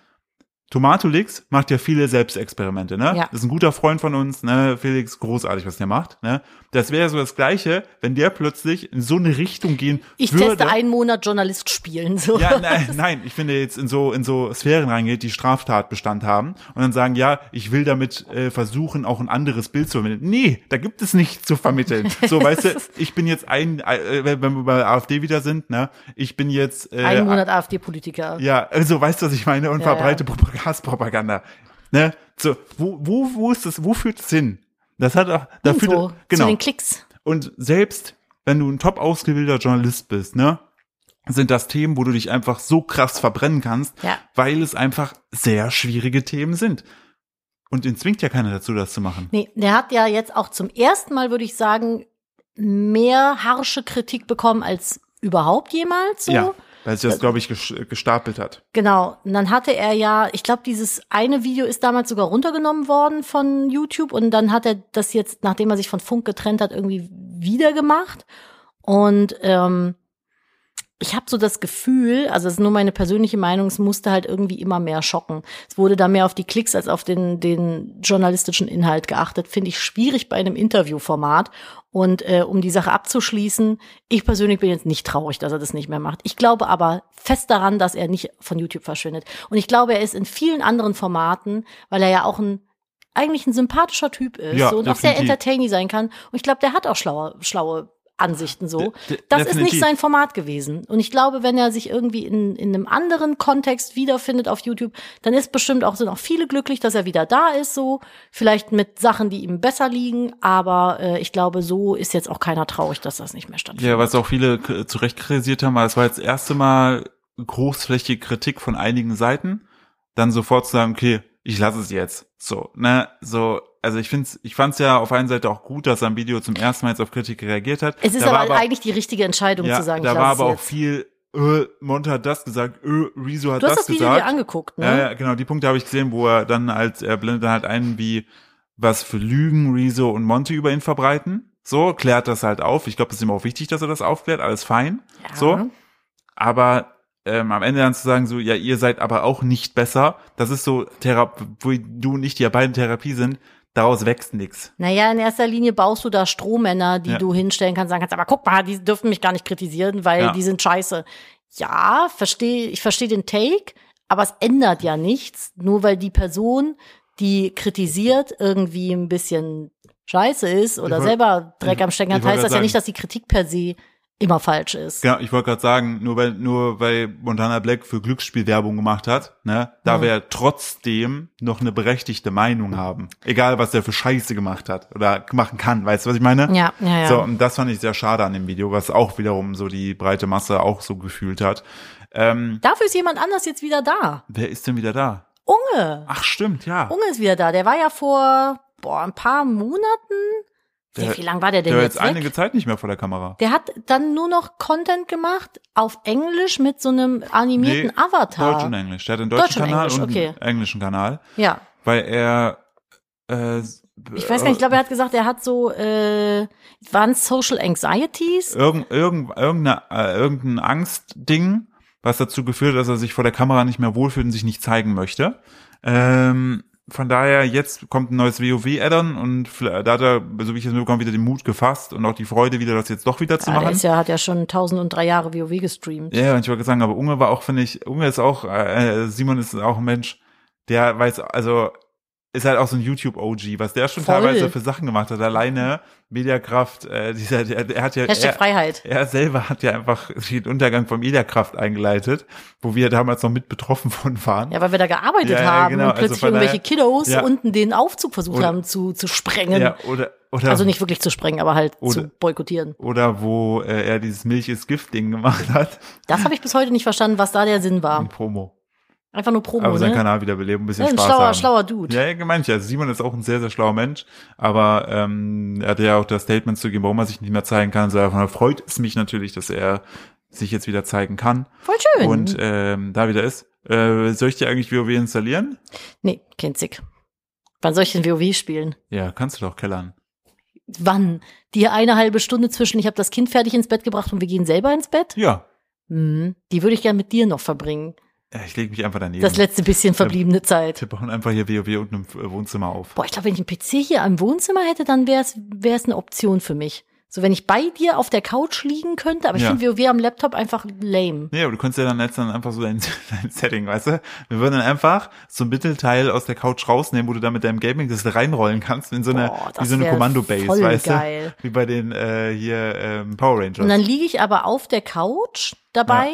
Tomatolix macht ja viele Selbstexperimente, ne? Ja. Ist ein guter Freund von uns, ne? Felix, großartig, was der macht, ne? Das wäre so das Gleiche, wenn der plötzlich in so eine Richtung gehen Ich würde. teste einen Monat Journalist spielen. So. Ja, nein, nein, ich finde jetzt in so in so Sphären reingeht, die Straftatbestand haben und dann sagen, ja, ich will damit äh, versuchen, auch ein anderes Bild zu vermitteln. Nee, da gibt es nichts zu vermitteln. So, weißt du, ich bin jetzt ein, äh, wenn wenn wir bei AfD wieder sind, ne, ich bin jetzt äh, Ein Monat AfD-Politiker. ja, also weißt du, was ich meine und Ja, ja. verbreite Prop- Hasspropaganda. Ne, so wo wo wo ist das? Wo führt es hin? Das hat auch dafür Irgendwo, genau Zu den Klicks. und selbst wenn du ein top ausgebildeter Journalist bist, ne, sind das Themen, wo du dich einfach so krass verbrennen kannst, Ja. weil es einfach sehr schwierige Themen sind. Und ihn zwingt ja keiner dazu, das zu machen. Nee, der hat ja jetzt auch zum ersten Mal, würde ich sagen, mehr harsche Kritik bekommen als überhaupt jemals. So. Ja, weil sich das, glaube ich, ges- gestapelt hat. Genau. Und dann hatte er ja, ich glaube, dieses eine Video ist damals sogar runtergenommen worden von YouTube und dann hat er das jetzt, nachdem er sich von Funk getrennt hat, irgendwie wieder gemacht. Und ähm, ich habe so das Gefühl, also es ist nur meine persönliche Meinung, es musste halt irgendwie immer mehr schocken. Es wurde da mehr auf die Klicks als auf den, den journalistischen Inhalt geachtet. Finde ich schwierig bei einem Interviewformat. Und äh, um die Sache abzuschließen, ich persönlich bin jetzt nicht traurig, dass er das nicht mehr macht. Ich glaube aber fest daran, dass er nicht von YouTube verschwindet. Und ich glaube, er ist in vielen anderen Formaten, weil er ja auch ein eigentlich ein sympathischer Typ ist Ja, so, und auch sehr definitiv. entertaining sein kann. Und ich glaube, der hat auch schlaue, schlaue Ansichten so. De- de- Das ist definitiv. nicht sein Format gewesen. Und ich glaube, wenn er sich irgendwie in, in einem anderen Kontext wiederfindet auf YouTube, dann ist bestimmt auch, sind auch viele glücklich, dass er wieder da ist, so. Vielleicht mit Sachen, die ihm besser liegen, aber äh, ich glaube, so ist jetzt auch keiner traurig, dass das nicht mehr stattfindet. Ja, was auch viele k- zu Recht kritisiert haben, weil es war jetzt das erste Mal großflächige Kritik von einigen Seiten, dann sofort zu sagen, okay, ich lasse es jetzt. So, ne, so, also ich find's, ich fand's ja auf einer Seite auch gut, dass am Video zum ersten Mal jetzt auf Kritik reagiert hat. Es ist Da war aber, eigentlich die richtige Entscheidung ja, zu sagen, da ich war lasse aber auch es jetzt. viel, äh, Monte hat das gesagt, äh, Rezo hat Du hast das, das Video gesagt. dir angeguckt, ne? Ja, ja, genau, die Punkte habe ich gesehen, wo er dann als, er blendet dann halt ein, wie, was für Lügen Rezo und Monty über ihn verbreiten. So, klärt das halt auf. Ich glaube, es ist ihm auch wichtig, dass er das aufklärt, alles fein. Ja. So. Aber ähm, am Ende dann zu sagen, so, ja, ihr seid aber auch nicht besser, das ist so, Thera wo du und ich, die ja beide in Therapie sind, daraus wächst nix. Naja, in erster Linie baust du da Strohmänner, die Ja. du hinstellen kannst, sagen kannst, aber guck mal, die dürfen mich gar nicht kritisieren, weil Ja. die sind scheiße. Ja, verstehe, ich verstehe den Take, aber es ändert ja nichts, nur weil die Person, die kritisiert, irgendwie ein bisschen scheiße ist oder wollt- selber Dreck am Stecken ich hat, wollte heißt das sagen- ja nicht, dass die Kritik per se immer falsch ist. Genau, ich wollte gerade sagen, nur weil, nur weil Montana Black für Glücksspielwerbung gemacht hat, ne, da Mhm. wir ja trotzdem noch eine berechtigte Meinung haben. Egal, was der für Scheiße gemacht hat oder machen kann, weißt du, was ich meine? Ja, ja, ja. So, und das fand ich sehr schade an dem Video, was auch wiederum so die breite Masse auch so gefühlt hat. Ähm, Dafür ist jemand anders jetzt wieder da. wer ist denn wieder da? Unge. Ach, stimmt, ja. Unge ist wieder da. Der war ja vor, boah, ein paar Monaten. Der- Wie, wie lang war der denn Der war jetzt? jetzt weg? einige Zeit nicht mehr vor der Kamera. Der hat dann nur noch Content gemacht auf Englisch mit so einem animierten Nee, Avatar. Deutsch und Englisch. Der hat einen deutschen Deutsch und Kanal Englisch, und okay. einen englischen Kanal, Ja, weil er äh, ich weiß gar nicht, ich glaube, er hat gesagt, er hat so, äh, waren Social Anxieties? irgend, irgend, irgendeine, äh, irgendein Angstding, was dazu geführt hat, dass er sich vor der Kamera nicht mehr wohlfühlt und sich nicht zeigen möchte. Ähm, von daher, jetzt kommt ein neues WoW-Addon und vielleicht- da hat er, so wie ich es mitbekomme, wieder den Mut gefasst und auch die Freude, wieder das jetzt doch wieder zu Ja, Ah, der machen. ist ja, hat ja schon 1003 Jahre WoW gestreamt. Ja, und ich wollte sagen, aber Unge war auch, finde ich, Unge ist auch, äh, Simon ist auch ein Mensch, der weiß, also ist halt auch so ein YouTube-OG, was der schon Voll. teilweise für Sachen gemacht hat. Alleine Mediakraft, äh, dieser, der, der hat ja. Hashtag er- Freiheit. er selber hat ja einfach den Untergang von Mediakraft eingeleitet, wo wir damals noch mit betroffen von waren. Ja, weil wir da gearbeitet Ja, ja, haben genau, und also plötzlich von daher- irgendwelche Kiddos Ja. unten den Aufzug versucht Oder- haben zu, zu sprengen. Ja, oder, oder, Also nicht wirklich zu sprengen, aber halt Oder- zu boykottieren. oder wo äh, er dieses Milch ist Gift-Ding gemacht hat. Das habe ich bis heute nicht verstanden, was da der Sinn Ein war. Promo. Einfach nur Promo, Hm. Aber seinen ne? Kanal wiederbeleben, ein bisschen Ja, ein Spaß schlauer, haben. schlauer Dude. Ja, ja, gemeint. ja. Also Simon ist auch ein sehr, sehr schlauer Mensch, aber ähm, er hatte ja auch das Statement zu geben, warum er sich nicht mehr zeigen kann. So, davon freut es mich natürlich, dass er sich jetzt wieder zeigen kann Voll schön. und ähm, da wieder ist. Äh, soll ich dir eigentlich WoW installieren? Nee, kein Zick. Wann soll ich denn WoW spielen? Ja, kannst du doch kellern. Wann? Die eine halbe Stunde zwischen, ich habe das Kind fertig ins Bett Mhm, gebracht und wir gehen selber ins Bett? Ja, Hm, die würde ich gern mit dir noch verbringen. Ja, ich lege mich einfach daneben. Das letzte bisschen verbliebene Zeit. Wir bauen einfach hier WoW unten im äh, Wohnzimmer auf. Boah, ich glaube, wenn ich einen PC hier im Wohnzimmer hätte, dann wäre es wär's eine Option für mich. So, wenn ich bei dir auf der Couch liegen könnte, aber ich Ja. finde WoW am Laptop einfach lame. Nee, aber du könntest ja dann jetzt dann einfach so dein, dein Setting, weißt du? Wir würden dann einfach so ein Mittelteil aus der Couch rausnehmen, wo du dann mit deinem Gaming-Sessel reinrollen kannst, in so eine, Boah, das ne, wie so eine wär Kommando-Base, voll weißt geil. du? Wie bei den äh, hier ähm, Power Rangers. Und dann liege ich aber auf der Couch dabei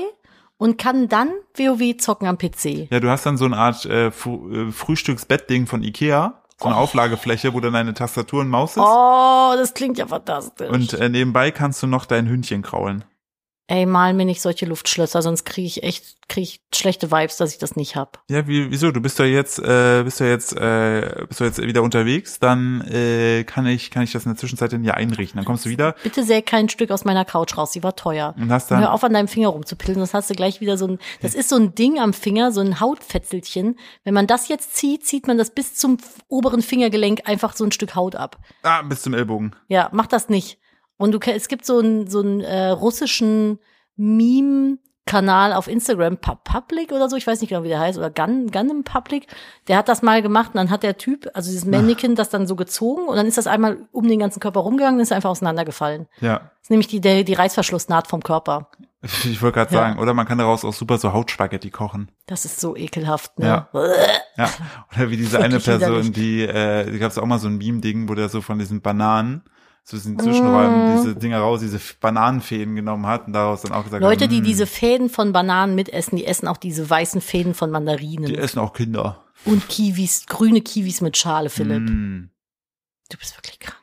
und kann dann WoW zocken am PC. ja, du hast dann so eine Art äh, Fu- äh, Frühstücksbettding von Ikea, so eine Auflagefläche, wo dann deine Tastatur und Maus ist. Oh, das klingt ja fantastisch. Und äh, nebenbei kannst du noch dein Hündchen kraulen. Ey, mal mir nicht solche Luftschlösser, sonst kriege ich echt krieg ich schlechte Vibes, dass ich das nicht hab. Ja, wie, wieso? Du bist doch jetzt, äh, bist doch jetzt, äh, bist doch jetzt wieder unterwegs. Dann äh, kann ich, kann ich das in der Zwischenzeit dann hier einrichten. Dann kommst du wieder Bitte säg kein Stück aus meiner Couch raus, die war teuer. und hast Hör dann. auf, an deinem Finger rumzupillen, sonst hast du gleich wieder so ein, das ist so ein Ding am Finger, so ein Hautfetzelchen. Wenn man das jetzt zieht, zieht man das bis zum f- oberen Fingergelenk einfach so ein Stück Haut ab. Ah, bis zum Ellbogen. Ja, mach das nicht. Und du, ke- es gibt so einen so einen äh, russischen Meme-Kanal auf Instagram, Pu- Public oder so, ich weiß nicht genau, wie der heißt, oder Gun, Gunem Public. Der hat das mal gemacht und dann hat der Typ, also dieses Mannequin, das dann so gezogen und dann ist das einmal um den ganzen Körper rumgegangen und ist einfach auseinandergefallen. Ja, Das ist nämlich die, der, die Reißverschlussnaht vom Körper. ich wollte gerade Ja. sagen. Oder man kann daraus auch super so Hautspaghetti kochen. Das ist so ekelhaft, ne? Ja. Oder wie diese eine Wirklich Person, widerlich. die, äh, da gab es auch mal so ein Meme-Ding, wo der so von diesen Bananen, so diesen Zwischenräumen, Mm. diese Dinger raus, diese F- Bananenfäden genommen hat und daraus dann auch gesagt Leute, hat, die "Mm, diese Fäden von Bananen mitessen, die essen auch diese weißen Fäden von Mandarinen die essen auch Kinder. und Kiwis, grüne Kiwis mit Schale, Philipp. Mm. Du bist wirklich krank.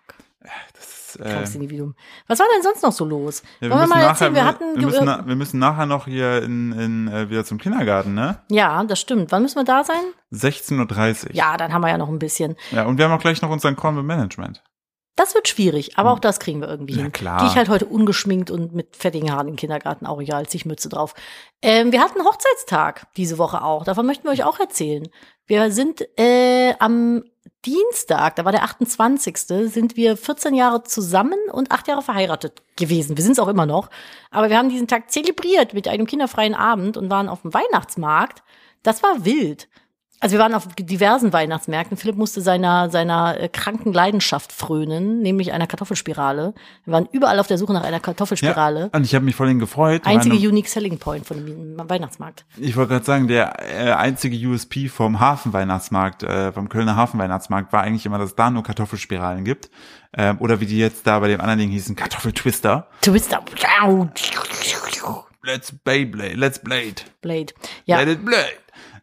Das, krankes äh, Individuum. Was war denn sonst noch so los? Ja, wir, Wollen wir müssen mal nachher, erzählen, wir hatten. wir, müssen, ge- na, wir müssen nachher noch hier in, in, äh, wieder zum Kindergarten, ne? ja, das stimmt. Wann müssen wir da sein? 16.30 Uhr. Ja, dann haben wir ja noch ein bisschen. ja. Und wir haben auch gleich noch unseren Call mit Management. Das wird schwierig, aber auch das kriegen wir irgendwie Hm. Na hin. klar. Gehe ich halt heute ungeschminkt und mit fettigen Haaren in den Kindergarten, auch egal, Zichmütze drauf. Ähm, wir hatten Hochzeitstag diese Woche auch. Davon möchten wir euch auch erzählen. Wir sind äh, am Dienstag, da war der 28. sind wir 14 Jahre zusammen und 8 Jahre verheiratet gewesen. Wir sind es auch immer noch. Aber wir haben diesen Tag zelebriert mit einem kinderfreien Abend und waren auf dem Weihnachtsmarkt. Das war wild. Also wir waren auf diversen Weihnachtsmärkten. Philipp musste seiner, seiner äh, kranken Leidenschaft frönen, nämlich einer Kartoffelspirale. Wir waren überall auf der Suche nach einer Kartoffelspirale. Und ich habe mich vorhin gefreut. Einzige meine, Unique Selling Point von dem Weihnachtsmarkt. ich wollte gerade sagen, der äh, einzige USP vom Hafenweihnachtsmarkt, äh, vom Kölner Hafenweihnachtsmarkt war eigentlich immer, dass es da nur Kartoffelspiralen gibt. Ähm, oder wie die jetzt da bei dem anderen Ding hießen, Kartoffeltwister. Twister. Let's Beyblade, let's Blade. Blade. Ja, Let it blade.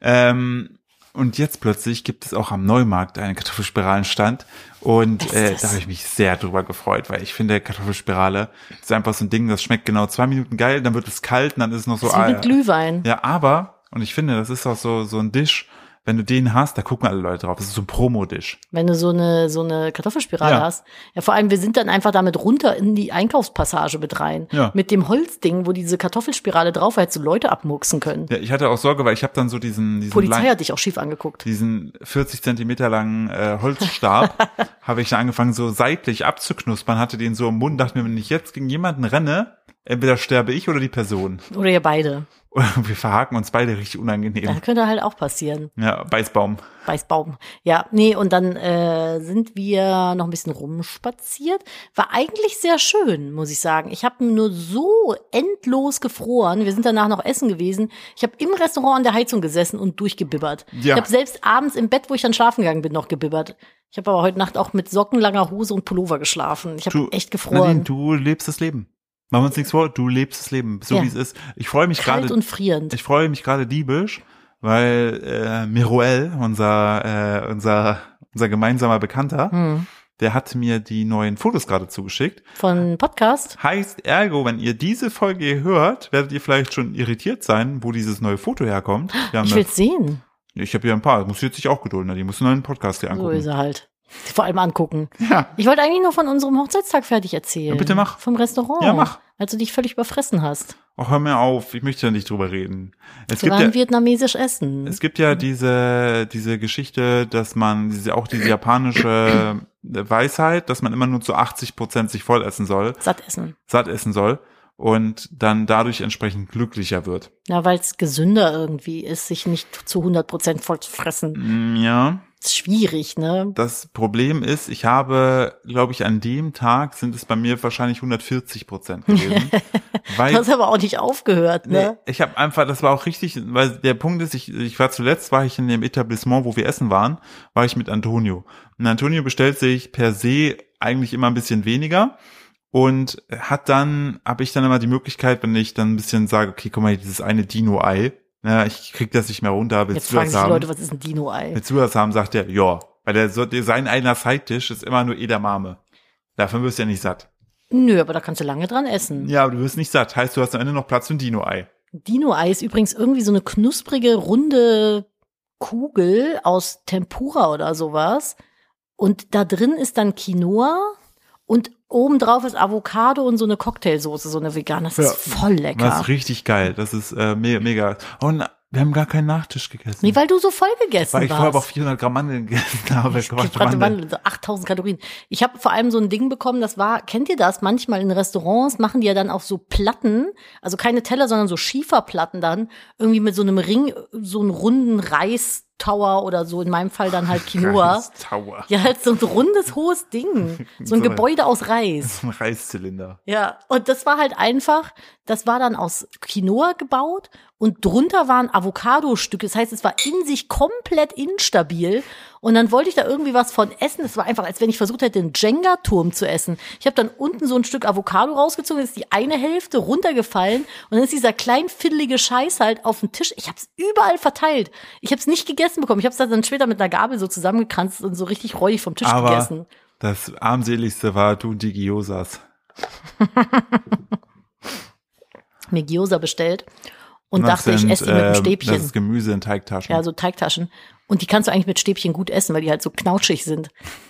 Ähm, und jetzt plötzlich gibt es auch am Neumarkt einen Kartoffelspiralenstand. Und äh, Bestes. da habe ich mich sehr drüber gefreut, weil ich finde, Kartoffelspirale ist einfach so ein Ding, das schmeckt genau zwei Minuten geil, dann wird es kalt und dann ist es noch so. das ist wie mit ah, Glühwein. ja, aber, und ich finde, das ist auch so, so ein Dish, wenn du den hast, da gucken alle Leute drauf. Das ist so ein Promo-Dish. Wenn du so eine, so eine Kartoffelspirale Ja. hast. Ja, vor allem, wir sind dann einfach damit runter in die Einkaufspassage mit rein. Ja. Mit dem Holzding, wo diese Kartoffelspirale drauf war, hättest du Leute abmurksen können. Ja, ich hatte auch Sorge, weil ich habe dann so diesen, diesen Polizei lang- hat dich auch schief angeguckt. diesen 40 Zentimeter langen äh, Holzstab habe ich dann angefangen, so seitlich abzuknuspern, hatte den so im Mund, dachte mir, wenn ich jetzt gegen jemanden renne, entweder sterbe ich oder die Person. Oder ihr beide. Oder wir verhaken uns beide richtig unangenehm. Das könnte halt auch passieren. Ja, Beißbaum. Weißbaum. Ja, nee, und dann äh, sind wir noch ein bisschen rumspaziert. War eigentlich sehr schön, muss ich sagen. Ich habe nur so endlos gefroren. Wir sind danach noch essen gewesen. Ich habe im Restaurant an der Heizung gesessen und durchgebibbert. Ja. Ich habe selbst abends im Bett, wo ich dann schlafen gegangen bin, noch gebibbert. Ich habe aber heute Nacht auch mit Socken, langer Hose und Pullover geschlafen. Ich habe Du- echt Nadine, gefroren. du lebst das Leben. Machen wir uns nichts vor, du lebst das Leben, so Ja. wie es ist. Ich freue mich Kalt gerade, und frierend. ich freue mich gerade diebisch, weil äh, Miruel, unser, äh, unser, unser gemeinsamer Bekannter, Hm. der hat mir die neuen Fotos gerade zugeschickt. Von Podcast. Heißt ergo, wenn ihr diese Folge hier hört, werdet ihr vielleicht schon irritiert sein, wo dieses neue Foto herkommt. Wir haben Ich eine- will's sehen. ich habe hier ein paar. Muss jetzt sich auch gedulden. ne? Die muss einen neuen Podcast hier So angucken. ist er halt. Vor allem angucken. ja. Ich wollte eigentlich noch von unserem Hochzeitstag fertig Ja, erzählen. bitte mach. Vom Restaurant. Ja, mach. Als du dich völlig überfressen hast. Auch hör mir auf. Ich möchte ja nicht drüber reden. Es Wir gibt waren ja, vietnamesisch essen. es gibt ja diese diese Geschichte, dass man diese, auch diese japanische Weisheit, dass man immer nur zu 80 Prozent sich voll essen soll, Satt essen. satt essen soll. und dann dadurch entsprechend glücklicher wird. Ja, weil es gesünder irgendwie ist, sich nicht zu 100 Prozent voll zu Mm, fressen. Ja. Ist schwierig, ne? Das Problem ist, ich habe, glaube ich, an dem Tag sind es bei mir wahrscheinlich 140 Prozent gewesen. Du weil hast aber auch nicht aufgehört, Nee, ne? ich habe einfach, das war auch richtig, weil der Punkt ist, ich, ich war zuletzt, war ich in dem Etablissement, wo wir essen waren, war ich mit Antonio. Und Antonio bestellt sich per se eigentlich immer ein bisschen weniger und hat dann, habe ich dann immer die Möglichkeit, wenn ich dann ein bisschen sage, okay, guck mal, hier dieses eine Dino-Ei, na, ich krieg das nicht mehr runter, Jetzt willst du fragen das sich die haben? Leute, was ist ein Dino-Ei? Willst du das haben, sagt er, ja. Weil der, so- sein einer Sidedish ist immer nur eh Edamame. Davon wirst du ja nicht satt. Nö, aber da kannst du lange dran essen. Ja, aber du wirst nicht satt. Heißt, du hast am Ende noch Platz für ein Dino-Ei. Dino-Ei ist übrigens irgendwie so eine knusprige, runde Kugel aus Tempura oder sowas. Und da drin ist dann Quinoa und obendrauf ist Avocado und so eine Cocktailsoße, so eine vegane. Das ist Ja. voll Das lecker. ist richtig geil. Das ist äh, me mega. Und wir haben gar keinen Nachtisch gegessen. Nee, weil du so voll gegessen weil ich warst. vorher aber auch 400 Gramm Mandeln gegessen habe. Gebrannte Gebrannte Mandeln. Mandeln, so 8000 Kalorien. Ich habe vor allem so ein Ding bekommen, das war, kennt ihr das? Manchmal in Restaurants machen die ja dann auf so Platten, also keine Teller, sondern so Schieferplatten dann, irgendwie mit so einem Ring, so einen runden Reistower oder so, in meinem Fall dann halt Quinoa. Reis Tower. Ja, halt so ein rundes, hohes Ding. So ein So. Gebäude aus Reis. So ein Reiszylinder. Ja, und das war halt einfach, das war dann aus Quinoa gebaut und drunter waren Avocado-Stücke. Das heißt, es war in sich komplett instabil. Und dann wollte ich da irgendwie was von essen. Es war einfach, als wenn ich versucht hätte, den Jenga-Turm zu essen. Ich habe dann unten so ein Stück Avocado rausgezogen, ist die eine Hälfte runtergefallen und dann ist dieser klein fiddelige Scheiß halt auf den Tisch. Ich habe es überall verteilt. Ich habe es nicht gegessen bekommen. Ich habe es dann später mit einer Gabel so zusammengekranzt und so richtig räudig vom Tisch Aber gegessen. das armseligste war du und die Giosas. mir Gyoza bestellt und Das dachte, ich sind, esse die mit ähm, einem Das Stäbchen. ist Gemüse in Teigtaschen. Also Ja, so Teigtaschen. Und die kannst du eigentlich mit Stäbchen gut essen, weil die halt so knautschig sind.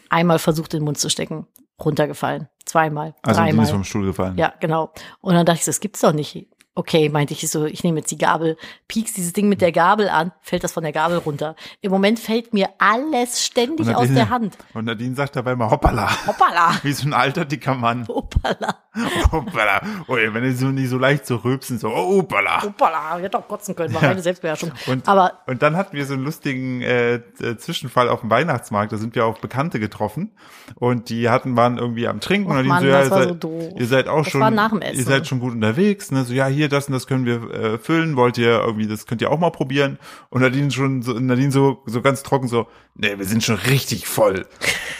Einmal versucht, in den Mund zu stecken. Runtergefallen. Zweimal. also die ist dreimal. vom Stuhl gefallen. Ja, genau. Und dann dachte ich, so, das gibt's doch nicht. Okay, meinte ich so, ich nehme jetzt die Gabel, piekst dieses Ding mit der Gabel an, fällt das von der Gabel runter. Im Moment fällt mir alles ständig Und aus Nadine- der Hand. Und Nadine sagt dabei mal hoppala. Hoppala, Wie so ein alter dicker Mann. hoppala, Hoppala. Ui, wenn die so nicht so leicht so rülpsen, so oh, hoppala. hoppala. Ich hätte auch kotzen können, war Ja. meine Selbstbeherrschung. Und- Aber Und dann hatten wir so einen lustigen äh, äh, Zwischenfall auf dem Weihnachtsmarkt. Da sind wir auf Bekannte getroffen und die hatten waren irgendwie am Trinken Och und die Mann, so, ja, das ihr, war seid, so doof. ihr seid auch Das schon, war nach dem Essen. ihr seid schon gut unterwegs. Ne? So ja, hier das und das können wir äh, füllen. Wollt ihr irgendwie das könnt ihr auch mal probieren? Und Nadine schon so, Nadine so so ganz trocken so, nee, wir sind schon richtig voll.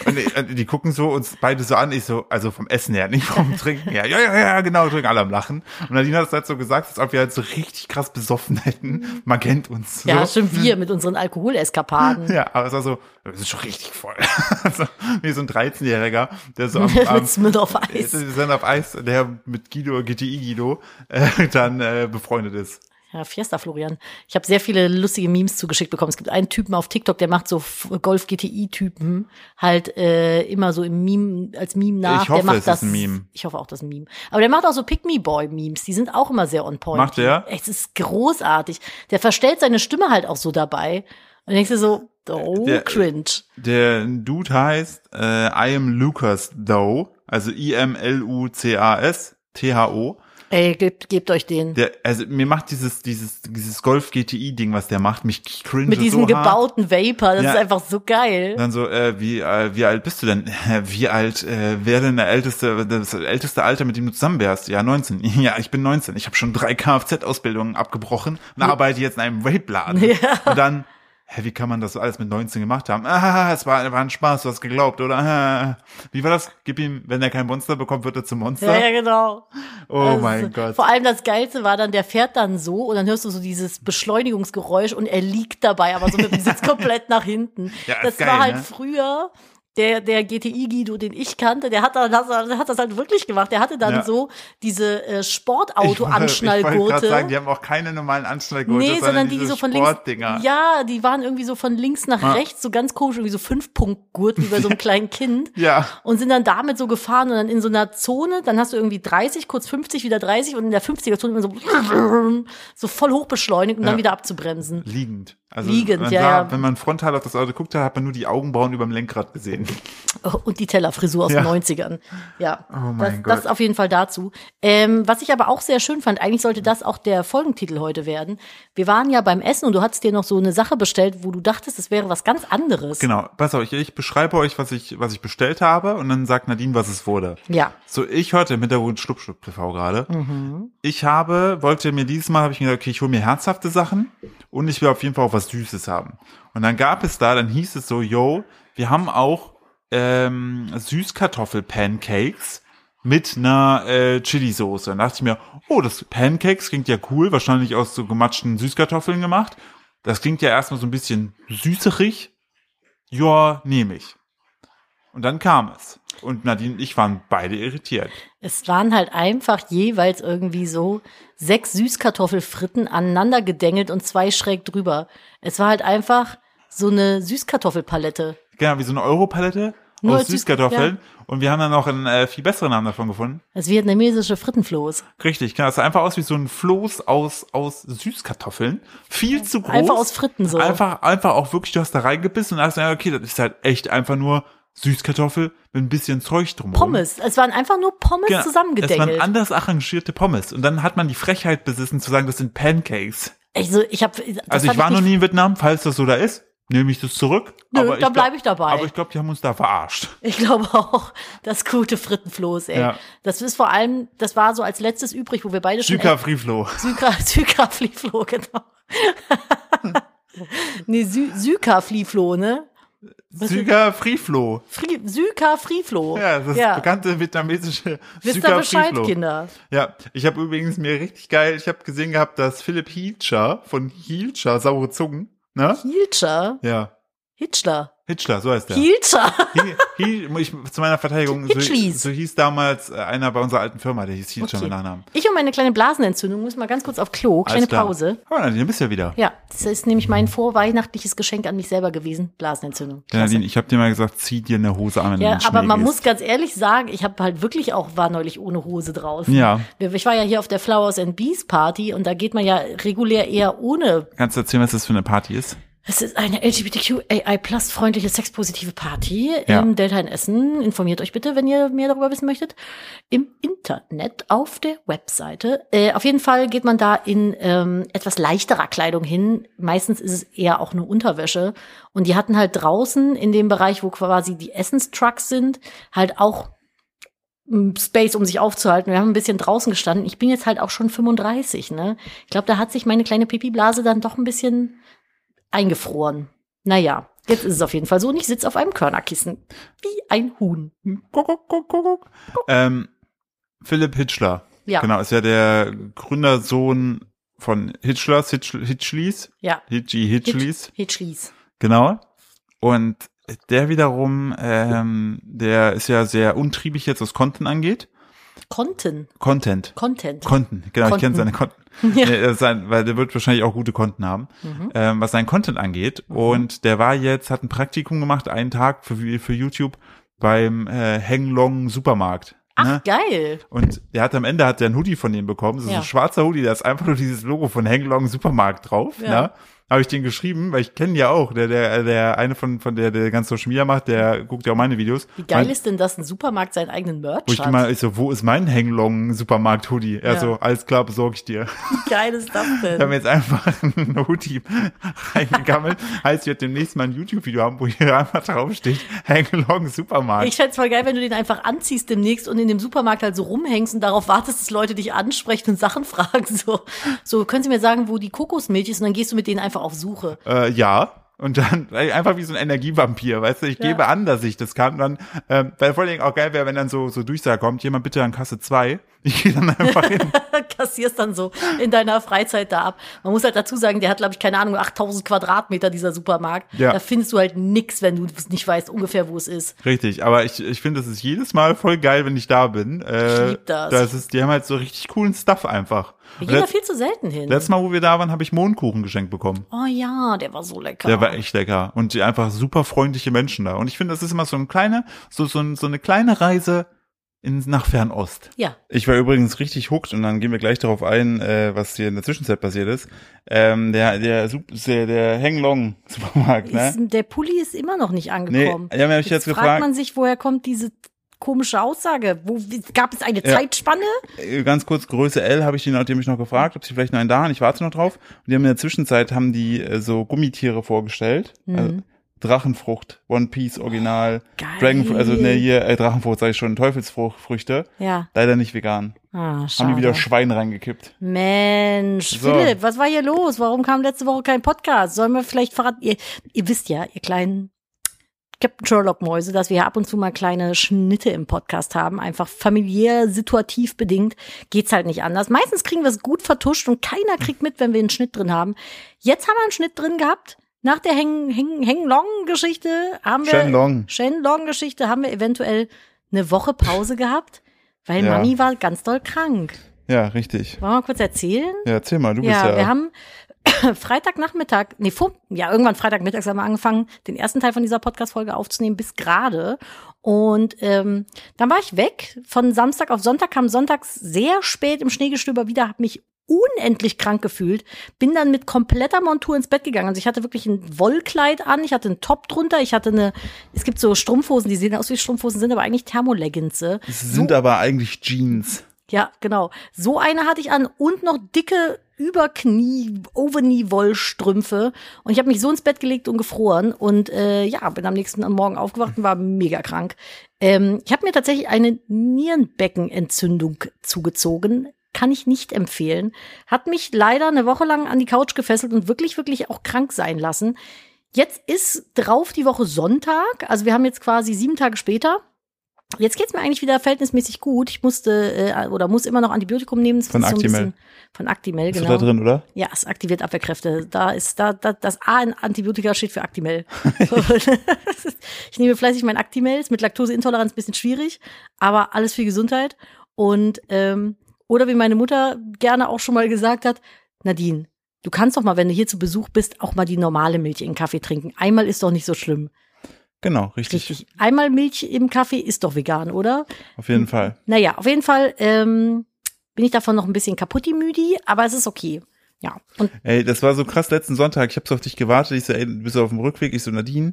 und die, und die gucken so uns beide so an. Ich so also vom Essen her, nicht vom Trinken her. Ja ja ja genau, trinken alle am Lachen. Und Nadine hat es halt so gesagt, als ob wir halt so richtig krass besoffen hätten. Man kennt uns. Ja, so. hm. schon wir mit unseren Alkoholeskapaden. Ja, aber es war so, wir sind schon richtig voll. also, wie so ein 13-Jähriger, der so am, am mit Smith auf wir Eis. sind auf Eis, der mit Guido, GTI Guido, äh, dann äh, befreundet ist. Ja, Fiesta Florian. Ich habe sehr viele lustige Memes zugeschickt bekommen. Es gibt einen Typen auf TikTok, der macht so F- Golf GTI Typen halt äh, immer so im Meme als Meme nach. Ich hoffe, der macht es ist das ein Meme. Ich hoffe auch das ist ein Meme. Aber der macht auch so Pick Me Boy Memes, die sind auch immer sehr on point. Macht der? Es ist großartig. Der verstellt seine Stimme halt auch so dabei. Und denkst du so, oh Der- cringe. Der Dude heißt äh, I am Lucas Though, also I-M-L-U-C-A-S, T-H-O. Ey, gebt, gebt euch den. Der, also mir macht dieses, dieses, dieses Golf GTI-Ding, was der macht, mich cringe Mit diesem so hart. gebauten Vapor, das Ja. ist einfach so geil. Dann so, äh, wie, äh, wie alt bist du denn? Wie alt, äh, wer denn der älteste, das älteste Alter, mit dem du zusammen wärst? Ja, 19. Ja, ich bin 19. Ich habe schon drei Kfz-Ausbildungen abgebrochen und arbeite jetzt in einem Vape-Laden. Und dann, hä, wie kann man das alles mit 19 gemacht haben? Ah, es war, war ein Spaß, du hast geglaubt, oder? Ah, wie war das? Gib ihm, wenn er kein Monster bekommt, wird er zum Monster? Ja, ja, genau. Oh Also, mein Gott. Vor allem das Geilste war dann, der fährt dann so und dann hörst du so dieses Beschleunigungsgeräusch und er liegt dabei, aber so mit dem Sitz komplett nach hinten. Ja, ist das geil, war halt ne? früher. Der, der GTI-Guido, den ich kannte, der hat, dann, das, hat das halt wirklich gemacht. Der hatte dann Ja. so diese äh, Ich wollte gerade sagen, Sportauto-Anschnallgurte. die haben auch keine normalen Anschnallgurte, Nee, sondern, sondern die, die diese so von links. Sportdinger. Ja, die waren irgendwie so von links nach Ja. rechts, so ganz komisch, irgendwie so Fünf-Punkt-Gurt wie bei so einem kleinen Kind Ja. und sind dann damit so gefahren und dann in so einer Zone, dann hast du irgendwie 30, kurz 50, wieder 30 und in der 50er Zone immer so, so voll hoch beschleunigt, um dann Ja. wieder abzubremsen. Liegend. Also Liegend, man ja, sah, ja. Wenn man frontal auf das Auto guckte, hat man nur die Augenbrauen über dem Lenkrad gesehen. Oh, Und die Tellerfrisur aus Ja. den 90ern. Ja, Oh mein das, Gott. das ist auf jeden Fall dazu. Ähm, was ich aber auch sehr schön fand, eigentlich sollte das auch der Folgentitel heute werden. Wir waren ja beim Essen und du hattest dir noch so eine Sache bestellt, wo du dachtest, es wäre was ganz anderes. Genau, pass auf, ich, ich beschreibe euch, was ich, was ich bestellt habe und dann sagt Nadine, was es wurde. Ja. So, ich hörte im Hintergrund Schlupp Schlupp TV gerade. Ich habe, wollte mir dieses Mal, habe ich mir gedacht, okay, ich hole mir herzhafte Sachen und ich will auf jeden Fall auch was Süßes haben. Und dann gab es da, dann hieß es so, yo, wir haben auch ähm, Süßkartoffel-Pancakes mit einer äh, Chili-Soße. Und da dachte ich mir, oh, das Pancakes klingt ja cool, wahrscheinlich aus so gematschten Süßkartoffeln gemacht. Das klingt ja erstmal so ein bisschen süßerig. Ja, nehme ich. Und dann kam es. Und Nadine und ich waren beide irritiert. Es waren halt einfach jeweils irgendwie so sechs Süßkartoffelfritten aneinander gedengelt und zwei schräg drüber. Es war halt einfach so eine Süßkartoffelpalette. Genau, wie so eine Europalette Nur aus als Süß- Süßkartoffeln. Und wir haben dann noch einen äh, viel besseren Namen davon gefunden. Das vietnamesische Frittenfloß. Richtig, genau. Es sah einfach aus wie so ein Floß aus, aus Süßkartoffeln. Viel zu groß. Einfach aus Fritten so. Einfach, einfach auch wirklich, du hast da reingebissen und hast gesagt, okay, das ist halt echt einfach nur Süßkartoffel mit ein bisschen Zeug drumherum. Pommes. Es waren einfach nur Pommes Genau. Es waren zusammengedengelt. anders arrangierte Pommes. Und dann hat man die Frechheit besessen zu sagen, das sind Pancakes. Also ich habe Also ich war noch nie in Vietnam, falls das so da ist, nehme ich das zurück. Nö, aber da glaub- bleib ich dabei. Aber ich glaube, die haben uns da verarscht. Ich glaube auch, das gute Frittenfloß, ey. Ja. Das ist vor allem, das war so als letztes übrig, wo wir beide schon Süka Friflo. Süka-Fliflo, genau. nee, Sü Süka-Fliflo, ne? Süka Friflo. Fri Süka-Friflo. Ja, das bekannte vietnamesische Wisst ihr Süka Bescheid, Friflo. Kinder? Ja, ich habe übrigens mir richtig geil, ich habe gesehen gehabt, dass Philipp Hilscher von Hilscher, saure Zungen, ne? Hilscher? Ja. Hitchler? Hitchler, so heißt der. Hilscher? Hi- Hi- ich, zu meiner Verteidigung, so, Hitchlis. so hieß damals äh, einer bei unserer alten Firma, der hieß Hilscher Okay. mit Nachnamen. Ich und meine kleine Blasenentzündung muss mal ganz kurz auf Klo. Kleine Alles klar. Pause. Aber Nadine, du bist ja wieder. Ja, das ist nämlich mein vorweihnachtliches Geschenk an mich selber gewesen. Blasenentzündung. Ja, Nadine, ich habe dir mal gesagt, zieh dir eine Hose an, wenn du Ja, in den aber Schnee man gehst. muss ganz ehrlich sagen, ich habe halt wirklich auch, war neulich ohne Hose draußen. Ja. Ich war ja hier auf der Flowers and Bees Party und da geht man ja regulär eher ohne. Kannst du erzählen, was das für eine Party ist? Es ist eine LGBTQAI plus freundliche sexpositive Party Ja. im Delta in Essen. Informiert euch bitte, wenn ihr mehr darüber wissen möchtet. Im Internet auf der Webseite. Äh, auf jeden Fall geht man da in ähm, etwas leichterer Kleidung hin. Meistens ist es eher auch eine Unterwäsche. Und die hatten halt draußen in dem Bereich, wo quasi die Essenstrucks sind, halt auch m, Space, um sich aufzuhalten. Wir haben ein bisschen draußen gestanden. Ich bin jetzt halt auch schon 35, ne? Ich glaube, da hat sich meine kleine Pipi-Blase dann doch ein bisschen eingefroren. Naja, jetzt ist es auf jeden Fall so und ich sitze auf einem Körnerkissen. Wie ein Huhn. Hm? Guck, guck, guck, guck, guck. Ähm, Philipp Hitchler. Ja. Genau, ist ja der Gründersohn von Hitchlers, Hitch, Hitchlies, Ja. Hitchy Hitchlies, Hitchlies. genau. Und der wiederum, ähm, der ist ja sehr untriebig jetzt, was Content angeht. Konten. Content. Content. Konten, genau, ich Konten. kenne seine Konten. Ja. Mhm. Nee, äh, sein, weil der wird wahrscheinlich auch gute Konten haben, ähm, was seinen Content angeht. Und der war jetzt, hat ein Praktikum gemacht, einen Tag für, für YouTube beim äh, Henglong Supermarkt. Ach, ne? geil. Und der hat am Ende hat der einen Hoodie von dem bekommen. Das ist Ja. ein schwarzer Hoodie, da ist einfach nur dieses Logo von Henglong Supermarkt drauf. Ja. Ne? Habe ich den geschrieben, weil ich kenne ja auch, der, der, der eine von, von der, der ganz Social Media macht, der guckt ja auch meine Videos. Wie geil Mein- ist denn, dass ein Supermarkt seinen eigenen Wo Merch ich hat? immer, ich so, wo ist mein Henglong Supermarkt Hoodie? Er Ja. so, alles klar, besorge ich dir. Wie geil ist das Wir haben denn? jetzt einfach einen Hoodie reingegammelt. heißt, wir demnächst mal ein YouTube-Video haben, wo hier einfach draufsteht, Henglong Supermarkt. Ich fänd's voll geil, wenn du den einfach anziehst demnächst und in dem Supermarkt halt so rumhängst und darauf wartest, dass Leute dich ansprechen und Sachen fragen. So, so können sie mir sagen, wo die Kokosmilch ist und dann gehst du mit denen einfach auf Suche. äh, ja. Und dann ey, einfach wie so ein Energievampir, weißt du, ich Ja. gebe an, dass ich das kann. Dann, ähm, weil vor allen Dingen auch geil wäre, wenn dann so, so Durchsage kommt, jemand bitte an Kasse 2. Ich gehe dann einfach hin. kassierst dann so in deiner Freizeit da ab. Man muss halt dazu sagen, der hat, glaube ich, keine Ahnung, 8000 Quadratmeter, dieser Supermarkt. Ja. Da findest du halt nix, wenn du nicht weißt ungefähr, wo es ist. Richtig, aber ich, ich finde, das ist jedes Mal voll geil, wenn ich da bin. Äh, lieb das. das ist, die haben halt so richtig coolen Stuff einfach. Wir Und gehen da Letzt, viel zu selten hin. letztes Mal, wo wir da waren, habe ich Mohnkuchen geschenkt bekommen. Oh ja, der war so lecker. Der war echt lecker. Und die einfach super freundliche Menschen da. Und ich finde, das ist immer so ein kleine, so, so, ein- so eine kleine Reise in, nach Fernost. Ja. Ich war übrigens richtig hooked und dann gehen wir gleich darauf ein, äh, was hier in der Zwischenzeit passiert ist. Ähm, der, der, Sup- der, der Hang Long Supermarkt, ne? Ist, der Pulli ist immer noch nicht Nee, ja, angekommen. mir hab ich jetzt fragt gefragt, man sich, woher kommt diese komische Aussage? Wo, wie- gab es eine Ja. Zeitspanne? äh, ganz kurz, Größe L habe ich die nachdem ich noch gefragt, ob sie vielleicht noch einen da haben. Ich warte noch drauf. Und die haben in der Zwischenzeit haben die äh, so Gummitiere vorgestellt. Mhm. Also, Drachenfrucht, One Piece Original, Geil. Dragon, also ne, hier, äh, Drachenfrucht sage ich schon, Teufelsfrüchte, Ja. leider nicht vegan. Ah, Haben schade. die wieder Schwein reingekippt. Mensch, So. Philipp, was war hier los? Warum kam letzte Woche kein Podcast? Sollen wir vielleicht verraten? Ihr, ihr wisst ja, ihr kleinen Captain Sherlock-Mäuse, dass wir ja ab und zu mal kleine Schnitte im Podcast haben. Einfach familiär, situativ bedingt. Geht's halt nicht anders. Meistens kriegen wir es gut vertuscht und keiner kriegt mit, wenn wir einen Schnitt drin haben. Jetzt haben wir einen Schnitt drin gehabt. Nach der Heng, Heng, Heng Long-Geschichte haben wir. Shenlong. Shenlong-Geschichte haben wir eventuell eine Woche Pause gehabt, weil Ja. Mami war ganz doll krank. Ja, richtig. Wollen wir mal kurz erzählen? Ja, erzähl mal, du bist Ja, ja. wir haben Freitagnachmittag, nee, vor, ja, irgendwann Freitagmittags haben wir angefangen, den ersten Teil von dieser Podcast-Folge aufzunehmen, bis gerade. Und ähm, dann war ich weg. Von Samstag auf Sonntag kam sonntags sehr spät im Schneegestöber wieder, habe mich unendlich krank gefühlt, bin dann mit kompletter Montur ins Bett gegangen. Also ich hatte wirklich ein Wollkleid an, ich hatte einen Top drunter, ich hatte eine, es gibt so Strumpfhosen, die sehen aus wie Strumpfhosen, sind aber eigentlich äh. Thermolegginse. es sind aber eigentlich Jeans. Ja, genau. So eine hatte ich an und noch dicke Überknie, Overknie-Wollstrümpfe. Und ich habe mich so ins Bett gelegt und gefroren. Und äh, ja, bin am nächsten Morgen aufgewacht und war mega krank. Ähm, ich habe mir tatsächlich eine Nierenbeckenentzündung zugezogen. Kann ich nicht empfehlen. Hat mich leider eine Woche lang an die Couch gefesselt und wirklich, wirklich auch krank sein lassen. Jetzt ist drauf die Woche Sonntag. Also wir haben jetzt quasi sieben Tage später. Jetzt geht's mir eigentlich wieder verhältnismäßig gut. Ich musste äh, oder muss immer noch Antibiotikum nehmen. Das Von ist so ein Actimel. bisschen- Von Actimel, Ist genau. du da drin, oder? Ja, es aktiviert Abwehrkräfte. Da ist da, da das A in Antibiotika steht für Actimel. ich nehme fleißig mein Actimel, ist mit Laktoseintoleranz ein bisschen schwierig, aber alles für Gesundheit. Und ähm, oder wie meine Mutter gerne auch schon mal gesagt hat, Nadine, du kannst doch mal, wenn du hier zu Besuch bist, auch mal die normale Milch in den Kaffee trinken. Einmal ist doch nicht so schlimm. Genau, richtig. Richtig. Einmal Milch im Kaffee ist doch vegan, oder? Auf jeden Fall. Naja, auf jeden Fall ähm, bin ich davon noch ein bisschen kaputtimüdi, aber es ist okay. Ja. Und Ey, das war so krass letzten Sonntag. Ich habe so auf dich gewartet. Ich so, ey, du bist auf dem Rückweg. Ich so, Nadine,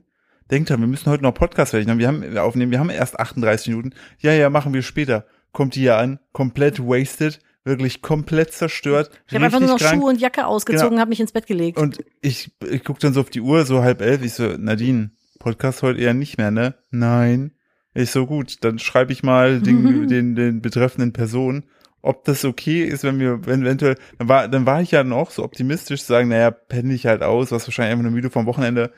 denk dran, wir müssen heute noch Podcast fertig machen. Wir haben aufnehmen. Wir haben erst 38 Minuten. Ja, ja, machen wir später. Kommt die hier an, komplett wasted, wirklich komplett zerstört, Ich habe einfach nur noch richtig krank. Schuhe und Jacke ausgezogen, Genau. habe mich ins Bett gelegt. Und ich, ich guck dann so auf die Uhr, so halb elf. Ich so, Nadine, Podcast heute eher nicht mehr, ne? Nein. Ich so, gut, dann schreibe ich mal den, den, den betreffenden Personen, ob das okay ist, wenn wir, wenn eventuell, dann war, dann war ich ja noch so optimistisch zu sagen, naja, penne ich halt aus, was wahrscheinlich einfach nur müde vom Wochenende.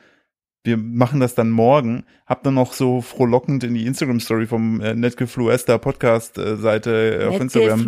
Wir machen das dann morgen. Hab dann noch so frohlockend in die Instagram-Story vom äh, Netgefluester Podcast-Seite äh, auf Instagram.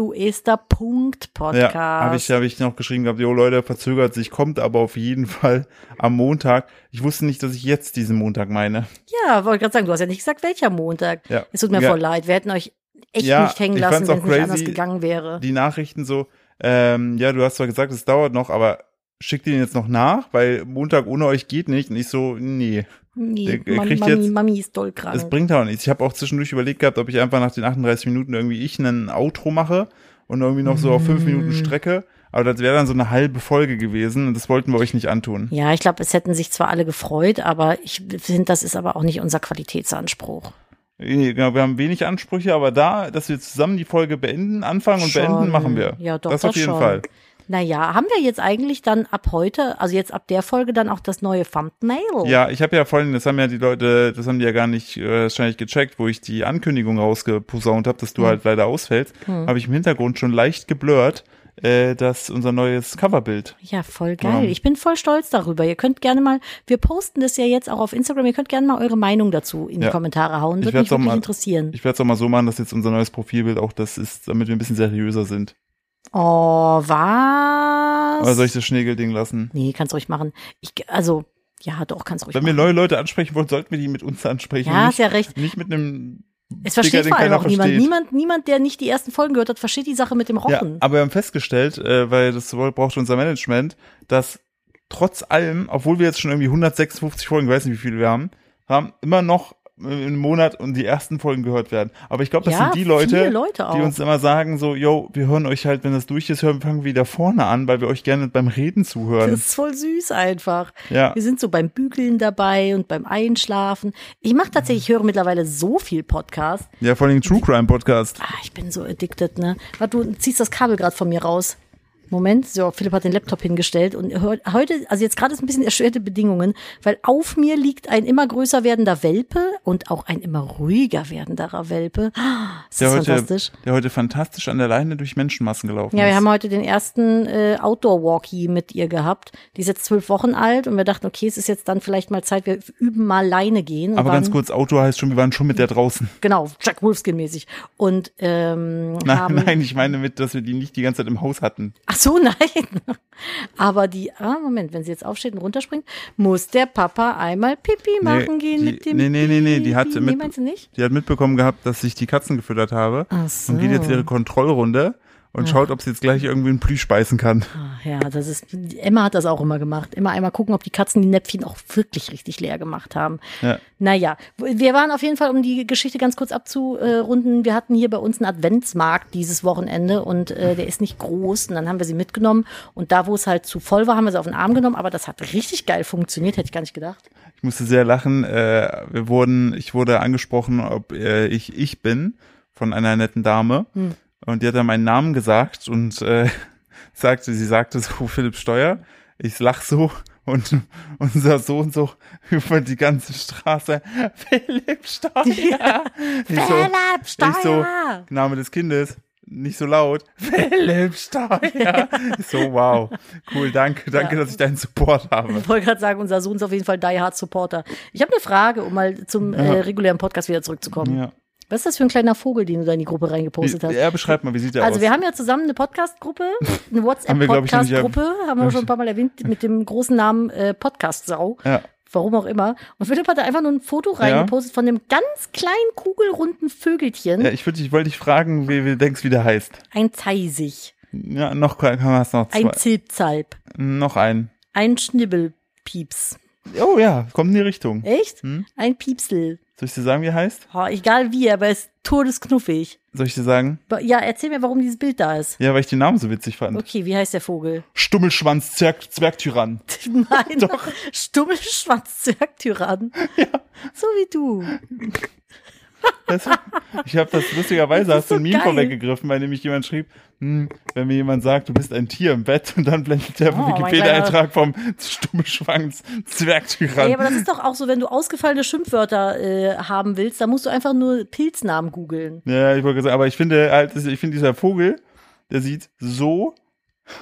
Netgefluester.podcast. Ja, habe ich, hab ich noch geschrieben gehabt, jo Leute, verzögert sich, kommt aber auf jeden Fall am Montag. Ich wusste nicht, dass ich jetzt diesen Montag meine. ja wollte gerade sagen, du hast ja nicht gesagt, welcher Montag. Ja. Es tut mir Ja. voll leid, wir hätten euch echt Ja, nicht hängen ich lassen, fand's wenn auch es nicht anders crazy. gegangen wäre. Die Nachrichten so, ähm, ja, du hast zwar gesagt, es dauert noch, aber schickt den jetzt noch nach, weil Montag ohne euch geht nicht. Und ich so, nee, Nee, der- der Mami, kriegt Mami, jetzt- Mami ist doll es krank. bringt auch nichts. Ich habe auch zwischendurch überlegt gehabt, ob ich einfach nach den 38 Minuten irgendwie ich einen Outro mache und irgendwie noch so auf fünf Minuten Strecke. Aber das wäre dann so eine halbe Folge gewesen und das wollten wir euch nicht antun. Ja, ich glaube, es hätten sich zwar alle gefreut, aber ich finde, das ist aber auch nicht unser Qualitätsanspruch. Nee, Genau, wir haben wenig Ansprüche, aber da, dass wir zusammen die Folge beenden, anfangen und Schon. beenden, machen wir. Ja, doch, das, das auf jeden schon. Fall. Naja, haben wir jetzt eigentlich dann ab heute, also jetzt ab der Folge dann auch das neue Thumbnail? Ja, ich habe ja vorhin, das haben ja die Leute, das haben die ja gar nicht äh, wahrscheinlich gecheckt, wo ich die Ankündigung rausgeposaunt habe, Hm. dass du halt leider ausfällst, habe ich im Hintergrund schon leicht geblurrt, äh, dass unser neues Coverbild. Ja, voll geil. Ja. Ich bin voll stolz darüber. Ihr könnt gerne mal, wir posten das ja jetzt auch auf Instagram, ihr könnt gerne mal eure Meinung dazu in Ja. die Kommentare hauen. Ich Würde werd's mich auch wirklich mal- interessieren. Ich werde es auch mal so machen, dass jetzt unser neues Profilbild auch das ist, damit wir ein bisschen seriöser sind. Oh, was? Oder soll Also ich das Schnegelding lassen? nee, kannst ruhig machen. Ich, also, ja, doch, kannst ruhig Wenn wir machen. neue Leute ansprechen wollen, sollten wir die mit uns ansprechen. ja, nicht, ist ja recht. nicht mit einem Digga, Es versteht den vor allem keiner auch niemand. versteht. Niemand, niemand, der nicht die ersten Folgen gehört hat, versteht die Sache mit dem Ja, Rochen. aber wir haben festgestellt, äh, weil das braucht unser Management, dass trotz allem, obwohl wir jetzt schon irgendwie 156 Folgen, ich weiß nicht, wie viele wir haben, haben immer noch im Monat und die ersten Folgen gehört werden. Aber ich glaube, das Ja, sind die Leute, viele Leute auch. die uns immer sagen so, yo, wir hören euch halt, wenn das durch ist, hören, fangen wir wieder vorne an, weil wir euch gerne beim Reden Das zuhören. ist voll süß einfach. Ja. Wir sind so beim Bügeln dabei und beim Einschlafen. Ich mache tatsächlich, ich höre mittlerweile so viel Podcast. Ja, vor allem True Crime Podcast. Ah, ich bin so addicted, ne? Warte, du ziehst das Kabel gerade von mir raus. Moment, so, Philipp hat den Laptop hingestellt und hör- heute, also jetzt gerade ist ein bisschen erschwerte Bedingungen, weil auf mir liegt ein immer größer werdender Welpe und auch ein immer ruhiger werdenderer Welpe. Ah, Ist Der das heute, fantastisch? der heute fantastisch an der Leine durch Menschenmassen gelaufen Ja, ist. wir haben heute den ersten äh, Outdoor-Walkie mit ihr gehabt. Die ist jetzt zwölf Wochen alt und wir dachten, okay, es ist jetzt dann vielleicht mal Zeit, wir üben mal Leine gehen. Und Aber ganz waren- kurz, Auto heißt schon, wir waren schon mit der draußen. Genau, Jack Wolfskin-mäßig. Und ähm, Nein, haben, nein, ich meine mit, dass wir die nicht die ganze Zeit im Haus hatten. Ach so, nein. Aber die, ah, Moment, wenn sie jetzt aufsteht und runterspringt, muss der Papa einmal Pipi machen gehen die, mit dem nee, nee, nee, nee, die hat, Baby. Nee, mit, meinst du nicht? die hat mitbekommen gehabt, dass ich die Katzen gefüttert habe Ach so. und geht jetzt ihre Kontrollrunde und schaut, ob sie jetzt gleich irgendwie einen Plüsch beißen kann. Ach Ah, ja, das ist, Emma hat das auch immer gemacht. Immer einmal gucken, ob die Katzen die Näpfchen auch wirklich richtig leer gemacht haben. Ja. Naja, wir waren auf jeden Fall, um die Geschichte ganz kurz abzurunden, wir hatten hier bei uns einen Adventsmarkt dieses Wochenende und äh, der ist nicht groß und dann haben wir sie mitgenommen und da, wo es halt zu voll war, haben wir sie auf den Arm genommen, aber das hat richtig geil funktioniert, hätte ich gar nicht gedacht. Ich musste sehr lachen. Äh, wir wurden, ich wurde angesprochen, ob äh, ich ich bin von einer netten Dame und die hat dann meinen Namen gesagt und äh, sagte, sie sagte so Philipp Steuer. Ich lach so und unser Sohn so über die ganze Straße Philipp Steuer. Ich so, Philipp Steuer. Ich so, Name des Kindes. Nicht so laut. Philipp Steuer. Ich so, wow. Cool, danke, danke, dass ich deinen Support habe. Ich wollte gerade sagen, unser Sohn ist auf jeden Fall Die Hard Supporter. Ich habe eine Frage, um mal zum äh, regulären Podcast wieder zurückzukommen. Ja. Was ist das für ein kleiner Vogel, den du da in die Gruppe reingepostet hast? Er beschreibt mal, wie sieht er Also aus? wir haben ja zusammen eine Podcast-Gruppe, eine Haben wir, glaub ich, noch nicht WhatsApp-Podcast-Gruppe, haben wir schon ein paar Mal erwähnt, mit dem großen Namen äh, Podcast-Sau. Ja. Warum auch immer. Und Philipp hatte einfach nur ein Foto reingepostet von einem ganz kleinen, kugelrunden Vögelchen. Ja, ich, würd, ich wollte dich fragen, wie, wie du denkst, wie der heißt. Ein Zeisig, Ja, noch kann man es noch zwei. ein Zilpzalp, noch ein. ein Schnibbelpieps. Oh ja, kommt in die Richtung. Echt? Hm? Ein Piepsel. Soll ich dir sagen, wie er heißt? Oh, egal wie, aber er ist todesknuffig. Soll ich dir sagen? Ba- Ja, erzähl mir, warum dieses Bild da ist. Ja, weil ich den Namen so witzig fand. Okay, wie heißt der Vogel? Stummelschwanz Zwerg, Zwergtyrann. Nein, doch. Stummelschwanz Zwergtyrann. So wie du. Das, ich habe das lustigerweise, Das ist hast du ein so Meme geil. vorweggegriffen, weil nämlich jemand schrieb, hm, wenn mir jemand sagt, du bist ein Tier im Bett und dann blendet der Oh, mein Wikipedia-Eintrag vom Stummelschwanz Zwergtyrann. Ey, aber das ist doch auch so, wenn du ausgefallene Schimpfwörter äh, haben willst, dann musst du einfach nur Pilznamen googeln. ja, ich wollte sagen, aber ich finde halt, ich finde dieser Vogel, der sieht so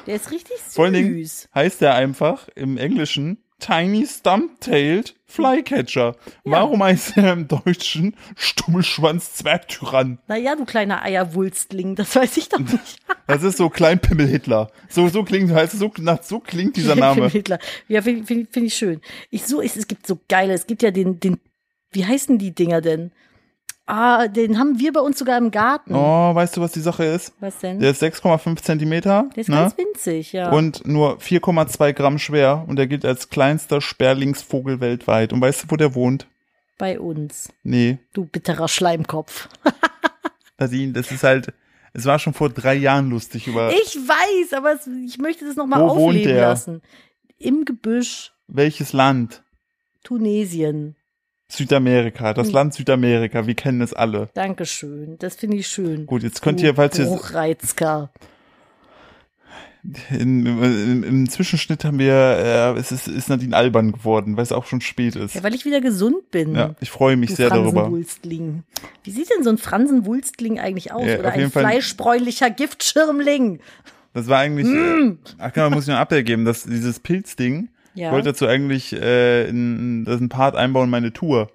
Der ist richtig süß. Vor allen Dingen heißt er einfach im Englischen Tiny Stump-Tailed Flycatcher. Warum heißt er im Deutschen Stummelschwanz Zwergtyrann? Naja, du kleiner Eierwulstling, das weiß ich doch nicht. Das ist so Kleinpimmel Hitler. So, so klingt, heißt es so, nach, so klingt dieser Name. Hitler. Ja, finde find, find ich schön. Ich so, es, es gibt so geile, es gibt ja den, den, wie heißen die Dinger denn? Ah, den haben wir bei uns sogar im Garten. Oh, weißt du, was die Sache ist? Was denn? Der ist 6,5 Zentimeter. Der ist ne? ganz winzig, ja. Und nur 4,2 Gramm schwer und er gilt als kleinster Sperrlingsvogel weltweit. Und weißt du, wo der wohnt? bei uns. Nee, Du bitterer Schleimkopf. Nadine, das ist halt, es war schon vor drei Jahren lustig über Ich weiß, aber es, ich möchte das nochmal Äh. Wo wohnt aufleben der? lassen. Im Gebüsch welches Land. Tunesien. Südamerika, Hm. das Land Südamerika, wir kennen es alle. Dankeschön. Das finde ich schön. Gut, jetzt könnt ihr, falls ihr Hochreizker. in, im, im Zwischenschnitt haben wir, äh, es ist, ist Nadine albern geworden, weil es auch schon spät ist. Ja, Ja, weil ich wieder gesund bin. ich freue mich du sehr darüber. Fransenwulstling. Wie sieht denn so ein Fransenwulstling eigentlich aus? Ja, Oder auf jeden ein Fall- fleischbräunlicher Giftschirmling? Mm. Das war eigentlich, Hm. äh, ach genau, muss ich noch ein Update geben, dass dieses Pilzding, Ja. ich wollte dazu eigentlich äh, in, das ist ein Part einbauen, meine Tour.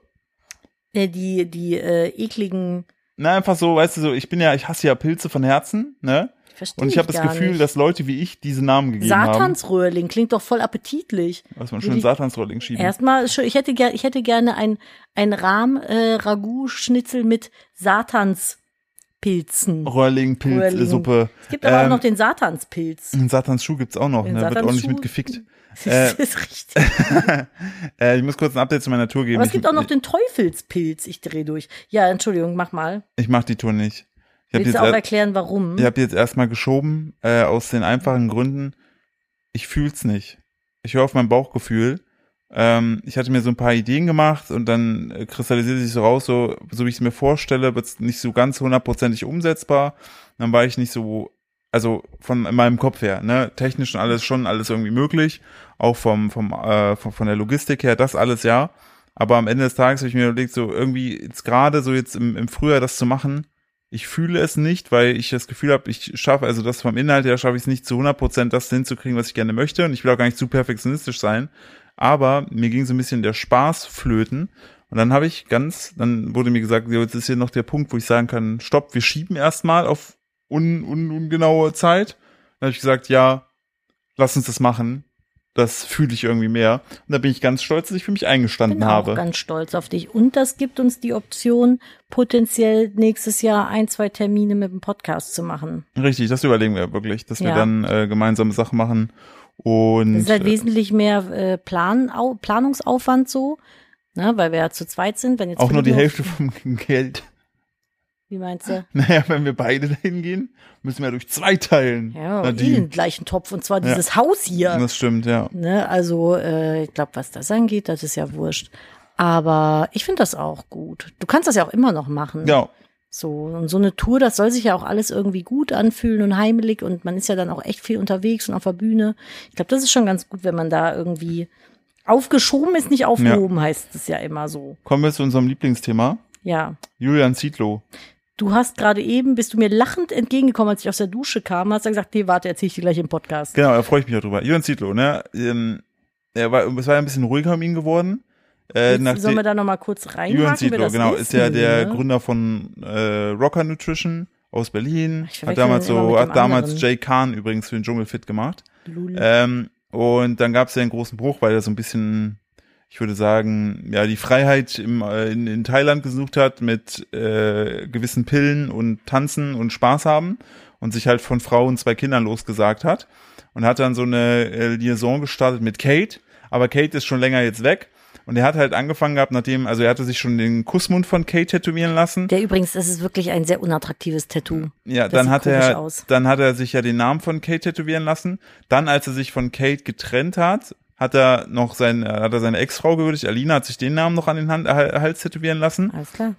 Äh, die die äh, ekligen. Na, einfach so, weißt du, so, ich bin ja, ich hasse ja Pilze von Herzen, ne? Ich verstehe Und ich habe das gar Gefühl, nicht. dass Leute wie ich diese Namen gegeben haben. Satansröhrling klingt doch voll appetitlich. Was man Wie schön die- Satansrolling schieben. Erstmal, schön- ich hätte, ger ich äh, hätte gerne ein, ein Rahm-Ragout-Schnitzel mit Satans Röhrlingpilzen. Röhrling-Pilz-Suppe. Es gibt aber Oh, Ähm, auch noch den Satanspilz. äh, Einen Satans Schuh gibt's auch noch, Den ne? Wird Satans ordentlich Schuh. mitgefickt. Das ist richtig. äh, ich muss kurz ein Update zu meiner Tour geben. Aber es Ich- gibt auch noch den Teufelspilz. Ich drehe durch. Ja, Entschuldigung, mach mal. Ich mache die Tour nicht. Ich habe Willst jetzt, du auch er, erklären, warum? ich hab die jetzt erstmal geschoben, äh, aus den einfachen Gründen. Ich fühl's nicht. Ich höre auf mein Bauchgefühl. Ähm, ich hatte mir so ein paar Ideen gemacht und dann äh, kristallisiert sich so raus, so, so wie ich es mir vorstelle, wird's nicht so ganz hundertprozentig umsetzbar. Dann war ich nicht so, also von in meinem Kopf her, ne, technisch und alles schon alles irgendwie möglich, auch vom, vom, äh, von, von der Logistik her, das alles ja. Aber am Ende des Tages habe ich mir überlegt, so irgendwie jetzt gerade so jetzt im, im Frühjahr das zu machen, ich fühle es nicht, weil ich das Gefühl habe, ich schaffe, also das vom Inhalt her schaffe ich es nicht zu 100% das hinzukriegen, was ich gerne möchte und ich will auch gar nicht zu perfektionistisch sein, aber mir ging so ein bisschen der Spaß flöten und dann habe ich ganz, dann wurde mir gesagt, so, jetzt ist hier noch der Punkt, wo ich sagen kann, stopp, wir schieben erstmal auf un, un, ungenaue Zeit. Dann habe ich gesagt, ja, lass uns das machen. Das fühle ich irgendwie mehr. Und da bin ich ganz stolz, dass ich für mich eingestanden bin habe. auch ganz stolz auf dich. Und das gibt uns die Option, potenziell nächstes Jahr ein, zwei Termine mit dem Podcast zu machen. Richtig, das überlegen wir wirklich, dass wir Ja. dann äh, gemeinsame Sachen machen und Das ist halt äh, wesentlich mehr äh, Plan, au, Planungsaufwand so, ne, weil wir ja zu zweit sind. Wenn jetzt auch nur die Friedhof- Hälfte vom Geld. Wie meinst du? Naja, wenn wir beide dahin gehen, müssen wir durch zwei teilen. Ja, eh Nadine. den gleichen Topf und zwar Ja. dieses Haus hier. Das stimmt, ja. Ne, also äh, ich glaube, was das angeht, das ist ja wurscht. Aber ich finde das auch gut. Du kannst das ja auch immer noch machen. Ja, So, und so eine Tour, das soll sich ja auch alles irgendwie gut anfühlen und heimelig und man ist ja dann auch echt viel unterwegs und auf der Bühne. Ich glaube, das ist schon ganz gut, wenn man da irgendwie aufgeschoben ist, nicht aufgehoben, heißt es ja immer so. kommen wir zu unserem Lieblingsthema. Ja. Julian Zietlow. Du hast gerade eben, bist du mir lachend entgegengekommen, als ich aus der Dusche kam, hast du gesagt, nee, warte, erzähl ich dir gleich im Podcast. Genau, da freue ich mich auch drüber. Julian Zietlow, ne? Ähm, er war, es war ja ein bisschen ruhiger um ihn geworden. Äh, Jetzt, sollen wir da nochmal kurz reinhaken? Julian wer Zietlow, das genau, ist ja der ne? Gründer von äh, Rocker Nutrition aus Berlin. Ich Hat verwechsel damals ihn immer so, mit dem hat damals anderen. Jay Kahn übrigens für den Dschungelfit gemacht. Lulu. Ähm, und dann gab es ja einen großen Bruch, weil er so ein bisschen, ich würde sagen, ja, die Freiheit im, äh, in, in Thailand gesucht hat mit äh, gewissen Pillen und Tanzen und Spaß haben und sich halt von Frau und zwei Kindern losgesagt hat und hat dann so eine äh, Liaison gestartet mit Kate, aber Kate ist schon länger jetzt weg. Und er hat halt angefangen gehabt, nachdem, also er hatte sich schon den Kussmund von Kate tätowieren lassen. der übrigens, das ist wirklich ein sehr unattraktives Tattoo. Ja, Das dann sieht hat komisch er, aus. dann hat er sich ja den Namen von Kate tätowieren lassen. Dann, als er sich von Kate getrennt hat, hat er noch sein, äh, hat er seine Ex-Frau gewürdigt. Alina hat sich den Namen noch an den Hand, Hal- Hals tätowieren lassen. Alles klar.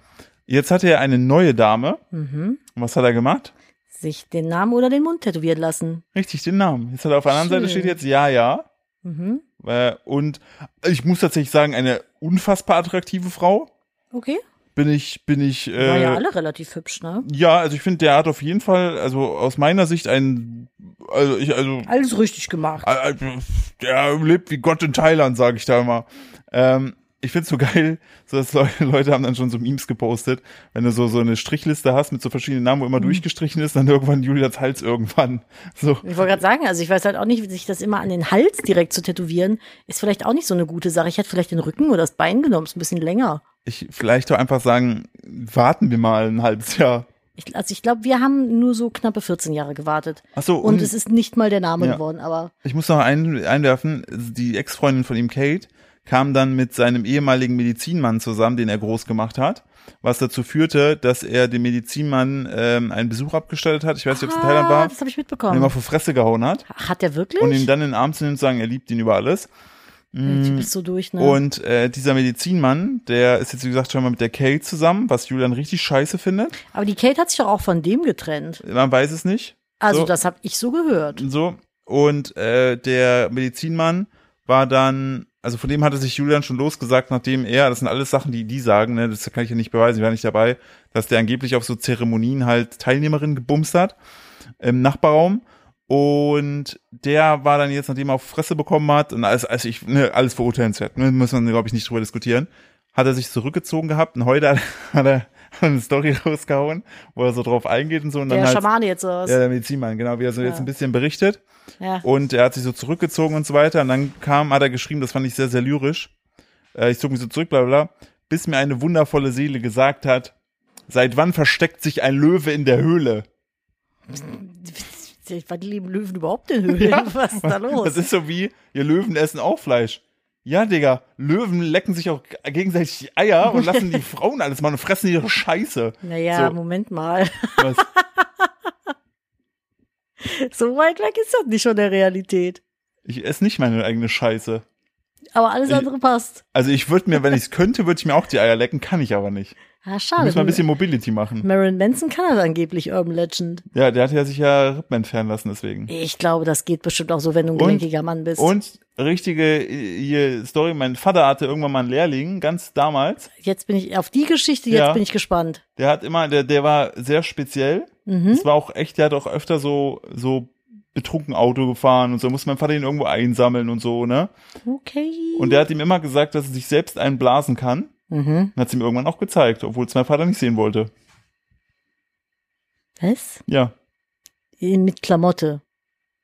Jetzt hat er eine neue Dame. Mhm. Und was hat er gemacht? Sich den Namen oder den Mund tätowieren lassen. Richtig, den Namen. Jetzt hat er auf der anderen Seite Schön. steht jetzt ja, ja. Mhm. Äh, Und ich muss tatsächlich sagen, eine unfassbar attraktive Frau. Okay. Bin ich, bin ich. Äh, War ja alle relativ hübsch, ne? ja, also ich finde, der hat auf jeden Fall, also aus meiner Sicht ein, also ich, also Alles richtig gemacht. Äh, äh, Der lebt wie Gott in Thailand, sage ich da immer. Ähm, ich find's so geil, so dass Leute, Leute haben dann schon so Memes gepostet, wenn du so so eine Strichliste hast mit so verschiedenen Namen, wo immer durchgestrichen ist, dann irgendwann Julias Hals irgendwann. So, Ich wollte gerade sagen, also ich weiß halt auch nicht, sich das immer an den Hals direkt zu tätowieren, ist vielleicht auch nicht so eine gute Sache. Ich hätte vielleicht den Rücken oder das Bein genommen, ist ein bisschen länger. ich vielleicht doch einfach sagen, warten wir mal ein halbes Jahr. Ich, also ich glaube, wir haben nur so knappe 14 Jahre gewartet. Ach so, Und und- es ist nicht mal der Name Ja. geworden, aber Ich muss noch ein, einwerfen, die Ex-Freundin von ihm, Kate, kam dann mit seinem ehemaligen Medizinmann zusammen, den er groß gemacht hat, was dazu führte, dass er dem Medizinmann ähm, einen Besuch abgestattet hat. Ich weiß nicht, ob es in Ah, Thailand war. das habe ich und ihm mitbekommen. auf die Fresse gehauen hat Hat der wirklich? und ihm dann in den Arm zu nehmen und zu sagen, er liebt ihn über alles. du bist so durch, ne? Und äh, dieser Medizinmann, der ist jetzt, wie gesagt, schon mal mit der Kate zusammen, was Julian richtig scheiße findet. aber die Kate hat sich doch auch von dem getrennt. Man weiß es nicht. Also So. das habe ich so gehört. Und so. Und äh, der Medizinmann war dann, also von dem hatte sich Julian schon losgesagt, nachdem er, das sind alles Sachen, die die sagen, ne, das kann ich ja nicht beweisen, ich war nicht dabei, dass der angeblich auf so Zeremonien halt Teilnehmerinnen gebumst hat im Nachbarraum. Und der war dann jetzt, nachdem er auf Fresse bekommen hat, und alles, also ich, ne, alles verurteilenswert, ne, muss man, glaube ich, nicht drüber diskutieren, hat er sich zurückgezogen gehabt und heute hat, hat er eine Story rausgehauen, wo er so drauf eingeht und so. Und Der dann halt, Schamane jetzt oder was? ja, Oh. der Medizinmann, genau, wie er so jetzt Ja. ein bisschen berichtet. Ja. Und er hat sich so zurückgezogen und so weiter. Und dann kam, hat er geschrieben, das fand ich sehr, sehr lyrisch. Äh, ich zog mich so zurück, bla bla bla, bis mir eine wundervolle Seele gesagt hat, Seit wann versteckt sich ein Löwe in der Höhle? Wann leben Löwen überhaupt in Höhlen? Was ist da los? Das ist so wie, ihr Löwen essen auch Fleisch. Ja, Digga, Löwen lecken sich auch gegenseitig die Eier und lassen die Frauen alles machen und fressen ihre Scheiße. naja, so. Moment mal. Was? So weit weg ist das nicht von der Realität. Ich esse nicht meine eigene Scheiße. Aber alles Ich- andere passt. Also ich würde mir, wenn ich es könnte, würde ich mir auch die Eier lecken, kann ich aber nicht. Ah, Ich schade. muss mal ein bisschen Mobility machen. Marilyn Manson kann das angeblich Urban Legend. Ja, der hat ja sich ja Rippen entfernen lassen deswegen. Ich glaube, das geht bestimmt auch so, wenn du ein Und- gelenkiger Mann bist. Und richtige äh, hier Story, mein Vater hatte irgendwann mal einen Lehrling, ganz damals. Jetzt bin ich auf die Geschichte, jetzt Ja. bin ich gespannt. Der hat immer, der, der war sehr speziell. Mhm. Es war auch echt, der hat auch öfter so, so betrunken Auto gefahren und so, muss mein Vater ihn irgendwo einsammeln und so, ne? Okay. Und der hat ihm immer gesagt, dass er sich selbst einblasen kann. mhm. Und hat es ihm irgendwann auch gezeigt, obwohl es mein Vater nicht sehen wollte. Was? Ja. Mit Klamotte.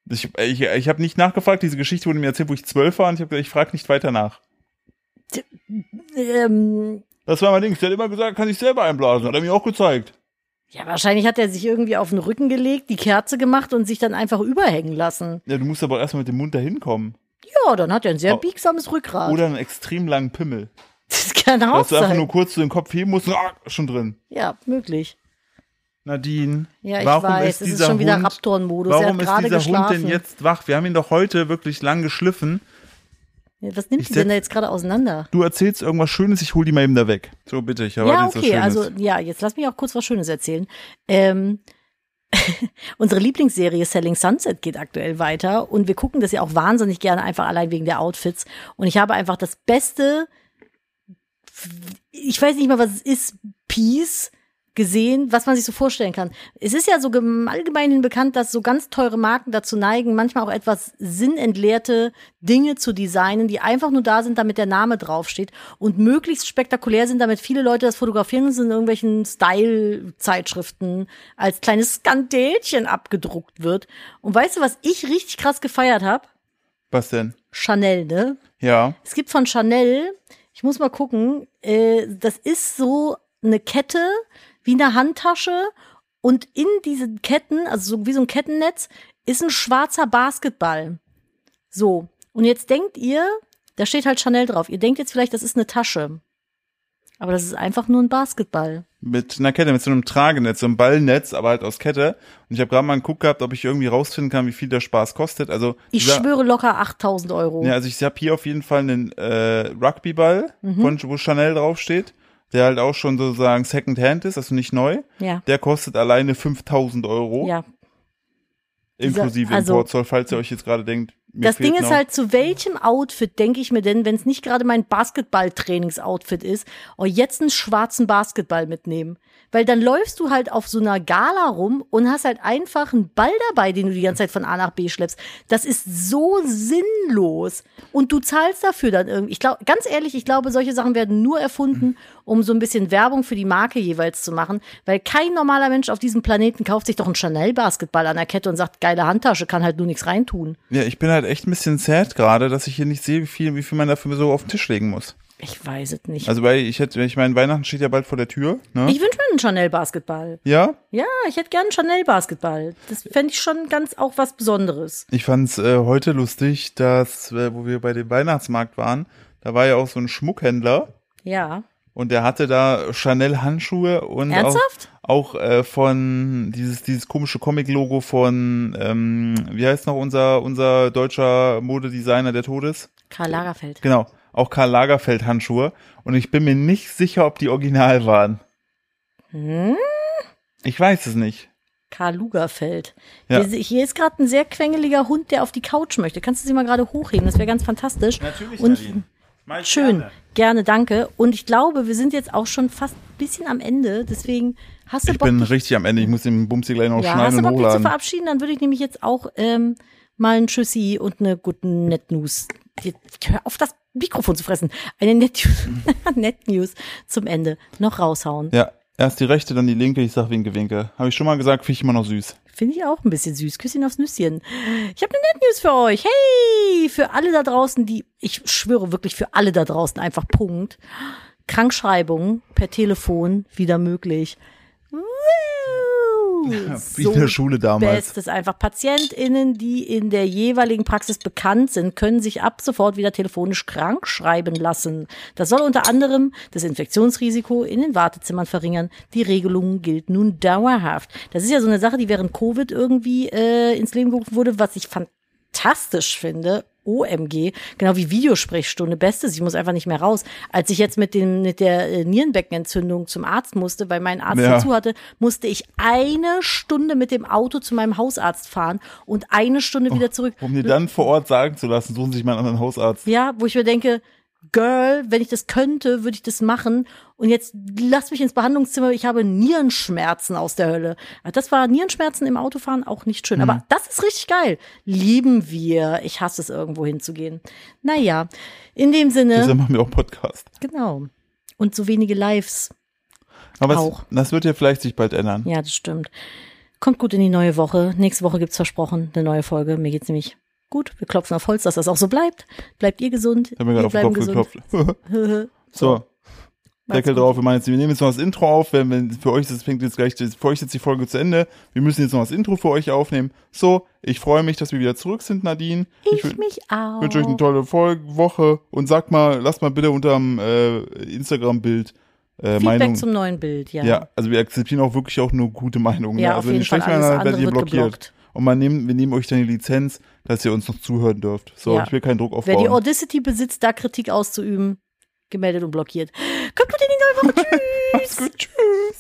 Ich, ich, ich habe nicht nachgefragt, diese Geschichte wurde mir erzählt, wo ich zwölf war und ich habe gesagt, ich frage nicht weiter nach. Ähm, Das war mein Ding. Der hat immer gesagt, kann ich selber einblasen. Hat er mir auch gezeigt. ja, wahrscheinlich hat er sich irgendwie auf den Rücken gelegt, die Kerze gemacht und sich dann einfach überhängen lassen. Ja, du musst aber erstmal mit dem Mund dahin kommen. Ja, dann hat er ein sehr Oh. biegsames Rückgrat. Oder einen extrem langen Pimmel. das kann auch Dass du einfach sein. nur kurz zu den Kopf heben musst und ah, schon drin. Ja, möglich. Nadine. Ja, ich warum weiß, ist es ist dieser schon wieder Hund, Raptoren-Modus. Er hat Warum ist gerade dieser geschlafen. Hund denn jetzt wach? Wir haben ihn doch heute wirklich lang geschliffen. Ja, Was nimmt Ich die denn setz- da jetzt gerade auseinander? Du erzählst irgendwas Schönes, ich hol die mal eben da weg. So, bitte, ich habe Ja, okay, also ja, jetzt lass mich auch kurz was Schönes erzählen. Ähm, unsere Lieblingsserie Selling Sunset geht aktuell weiter und wir gucken das ja auch wahnsinnig gerne einfach allein wegen der Outfits. Und ich habe einfach das beste, ich weiß nicht mal, was es ist, Piece gesehen, was man sich so vorstellen kann. Es ist ja so gem- allgemein bekannt, dass so ganz teure Marken dazu neigen, manchmal auch etwas sinnentleerte Dinge zu designen, die einfach nur da sind, damit der Name draufsteht und möglichst spektakulär sind, damit viele Leute das fotografieren und es in irgendwelchen Style-Zeitschriften als kleines Skandelchen abgedruckt wird. Und weißt du, was ich richtig krass gefeiert habe? Was denn? Chanel, ne? Ja. Es gibt von Chanel, ich muss mal gucken, äh, das ist so eine Kette wie eine Handtasche und in diesen Ketten, also so wie so ein Kettennetz, ist ein schwarzer Basketball. So. Und jetzt denkt ihr, da steht halt Chanel drauf. Ihr denkt jetzt vielleicht, das ist eine Tasche. Aber das ist einfach nur ein Basketball. Mit einer Kette, mit so einem Tragenetz, so einem Ballnetz, aber halt aus Kette. Und ich habe gerade mal einen Guck gehabt, ob ich irgendwie rausfinden kann, wie viel der Spaß kostet. Also Ich dieser- schwöre locker 8000 Euro. Ja, also ich hab hier auf jeden Fall einen äh, Rugbyball, Mhm. von wo Chanel draufsteht, der halt auch schon sozusagen Secondhand ist, also nicht neu. ja. Der kostet alleine 5000 Euro, ja. inklusive Dieser- also- Importzoll, falls ihr euch jetzt gerade denkt, mir das fehlt Ding ist noch. halt, zu welchem Outfit denke ich mir denn, wenn es nicht gerade mein Basketball-Trainings-Outfit ist, oh, jetzt einen schwarzen Basketball mitnehmen? Weil dann läufst du halt auf so einer Gala rum und hast halt einfach einen Ball dabei, den du die ganze Zeit von A nach B schleppst. Das ist so sinnlos. Und du zahlst dafür dann irgendwie. Ich glaube, ganz ehrlich, ich glaube, solche Sachen werden nur erfunden, um so ein bisschen Werbung für die Marke jeweils zu machen. Weil kein normaler Mensch auf diesem Planeten kauft sich doch einen Chanel-Basketball an der Kette und sagt, geile Handtasche, kann halt nur nichts reintun. Ja, ich bin halt echt ein bisschen sad gerade, dass ich hier nicht sehe, wie viel, wie viel man dafür so auf den Tisch legen muss. Ich weiß es nicht. Also weil ich hätte, ich meine, Weihnachten steht ja bald vor der Tür, ne? ich wünsche mir einen Chanel-Basketball. ja, Ja, ich hätte gern einen Chanel-Basketball. Das fände ich schon ganz auch was Besonderes. Ich fand's äh, heute lustig, dass, äh, wo wir bei dem Weihnachtsmarkt waren, da war ja auch so ein Schmuckhändler Ja. und der hatte da Chanel-Handschuhe und Ernsthaft? auch, auch äh, von dieses, dieses komische Comic-Logo von, ähm, wie heißt noch unser, unser deutscher Modedesigner, der tot ist? Karl Lagerfeld. Genau, auch Karl Lagerfeld-Handschuhe und ich bin mir nicht sicher, ob die original waren. Hm? Ich weiß es nicht. Karl Lugerfeld. Ja. Hier, hier ist gerade ein sehr quengeliger Hund, der auf die Couch möchte. Kannst du sie mal gerade hochheben? Das wäre ganz fantastisch. Natürlich, Und- Nadine. Schön. Gerne. danke. Und ich glaube, wir sind jetzt auch schon fast ein bisschen am Ende. Deswegen hast du Ich Bock, bin dich- richtig am Ende, ich muss den Bums hier gleich noch ja, hast schneiden du und Bock dich zu hochladen. verabschieden? Dann würde ich nämlich jetzt auch ähm, mal ein Tschüssi und eine gute Net News. Jetzt Hör auf, das Mikrofon zu fressen. Eine Net, Net News zum Ende noch raushauen. Ja, erst die rechte, dann die linke. Ich sag Winke, Winke. Habe ich schon mal gesagt, finde ich immer noch süß. Finde ich auch ein bisschen süß. Küsschen aufs Nüsschen. Ich habe eine Net News für euch. Hey, für alle da draußen, die, ich schwöre wirklich für alle da draußen einfach Punkt. Krankschreibungen per per Telefon wieder möglich. Woo! Wie in der Schule damals. Bestes einfach. PatientInnen, die in der jeweiligen Praxis bekannt sind, können sich ab sofort wieder telefonisch krank schreiben lassen. Das soll unter anderem das Infektionsrisiko in den Wartezimmern verringern. Die Regelung gilt nun dauerhaft. Das ist ja so eine Sache, die während Covid irgendwie äh, ins Leben gerufen wurde, was ich fantastisch finde. OMG, genau wie Videosprechstunde, bestes, ich muss einfach nicht mehr raus. Als ich jetzt mit dem mit der äh, Nierenbeckenentzündung zum Arzt musste, weil mein Arzt Ja. dazu hatte, musste ich eine Stunde mit dem Auto zu meinem Hausarzt fahren und eine Stunde wieder zurück. Um dir dann vor Ort sagen zu lassen, suchen Sie sich mal einen anderen Hausarzt. Ja, wo ich mir denke, Girl, wenn ich das könnte, würde ich das machen. Und jetzt lass mich ins Behandlungszimmer, ich habe Nierenschmerzen aus der Hölle. Das war Nierenschmerzen im Autofahren auch nicht schön. Aber das ist richtig geil. Lieben wir. Ich hasse es, irgendwo hinzugehen. Naja, in dem Sinne, Deshalb machen wir auch Podcast. genau. Und so wenige Lives. Aber Auch. Es, das wird ja vielleicht sich bald ändern. Ja, das stimmt. Kommt gut in die neue Woche. Nächste Woche gibt's versprochen eine neue Folge. Mir geht's nämlich gut. Wir klopfen auf Holz, dass das auch so bleibt. Bleibt ihr gesund. Ich habe mir gerade wir auf den bleiben Kopf gesund. geklopft. so, Macht's Deckel gut. drauf. Wir, machen jetzt, wir nehmen jetzt noch das Intro auf. Wenn, wenn für euch das fängt jetzt gleich, das- für euch ist jetzt die Folge zu Ende. Wir müssen jetzt noch das Intro für euch aufnehmen. So, ich freue mich, dass wir wieder zurück sind, Nadine. Ich wün- mich auch. wünsche euch eine tolle Folge, Woche und sagt mal, lasst mal bitte unterm äh, Instagram-Bild äh, Feedback Meinung. zum neuen Bild, ja. ja, also wir akzeptieren auch wirklich auch nur gute Meinungen. Ja, ne? auf Also wenn jeden ihr schlecht Fall. Alles meint, werdet andere ihr wird blockiert. geblockt. Und man nehmen, wir nehmen euch dann die Lizenz, dass ihr uns noch zuhören dürft. So, Ja. ich will keinen Druck Wer die aufbauen. Audacity besitzt, da Kritik auszuüben, gemeldet und blockiert. Kommt gut in die neue Woche. Tschüss. Macht's gut, tschüss.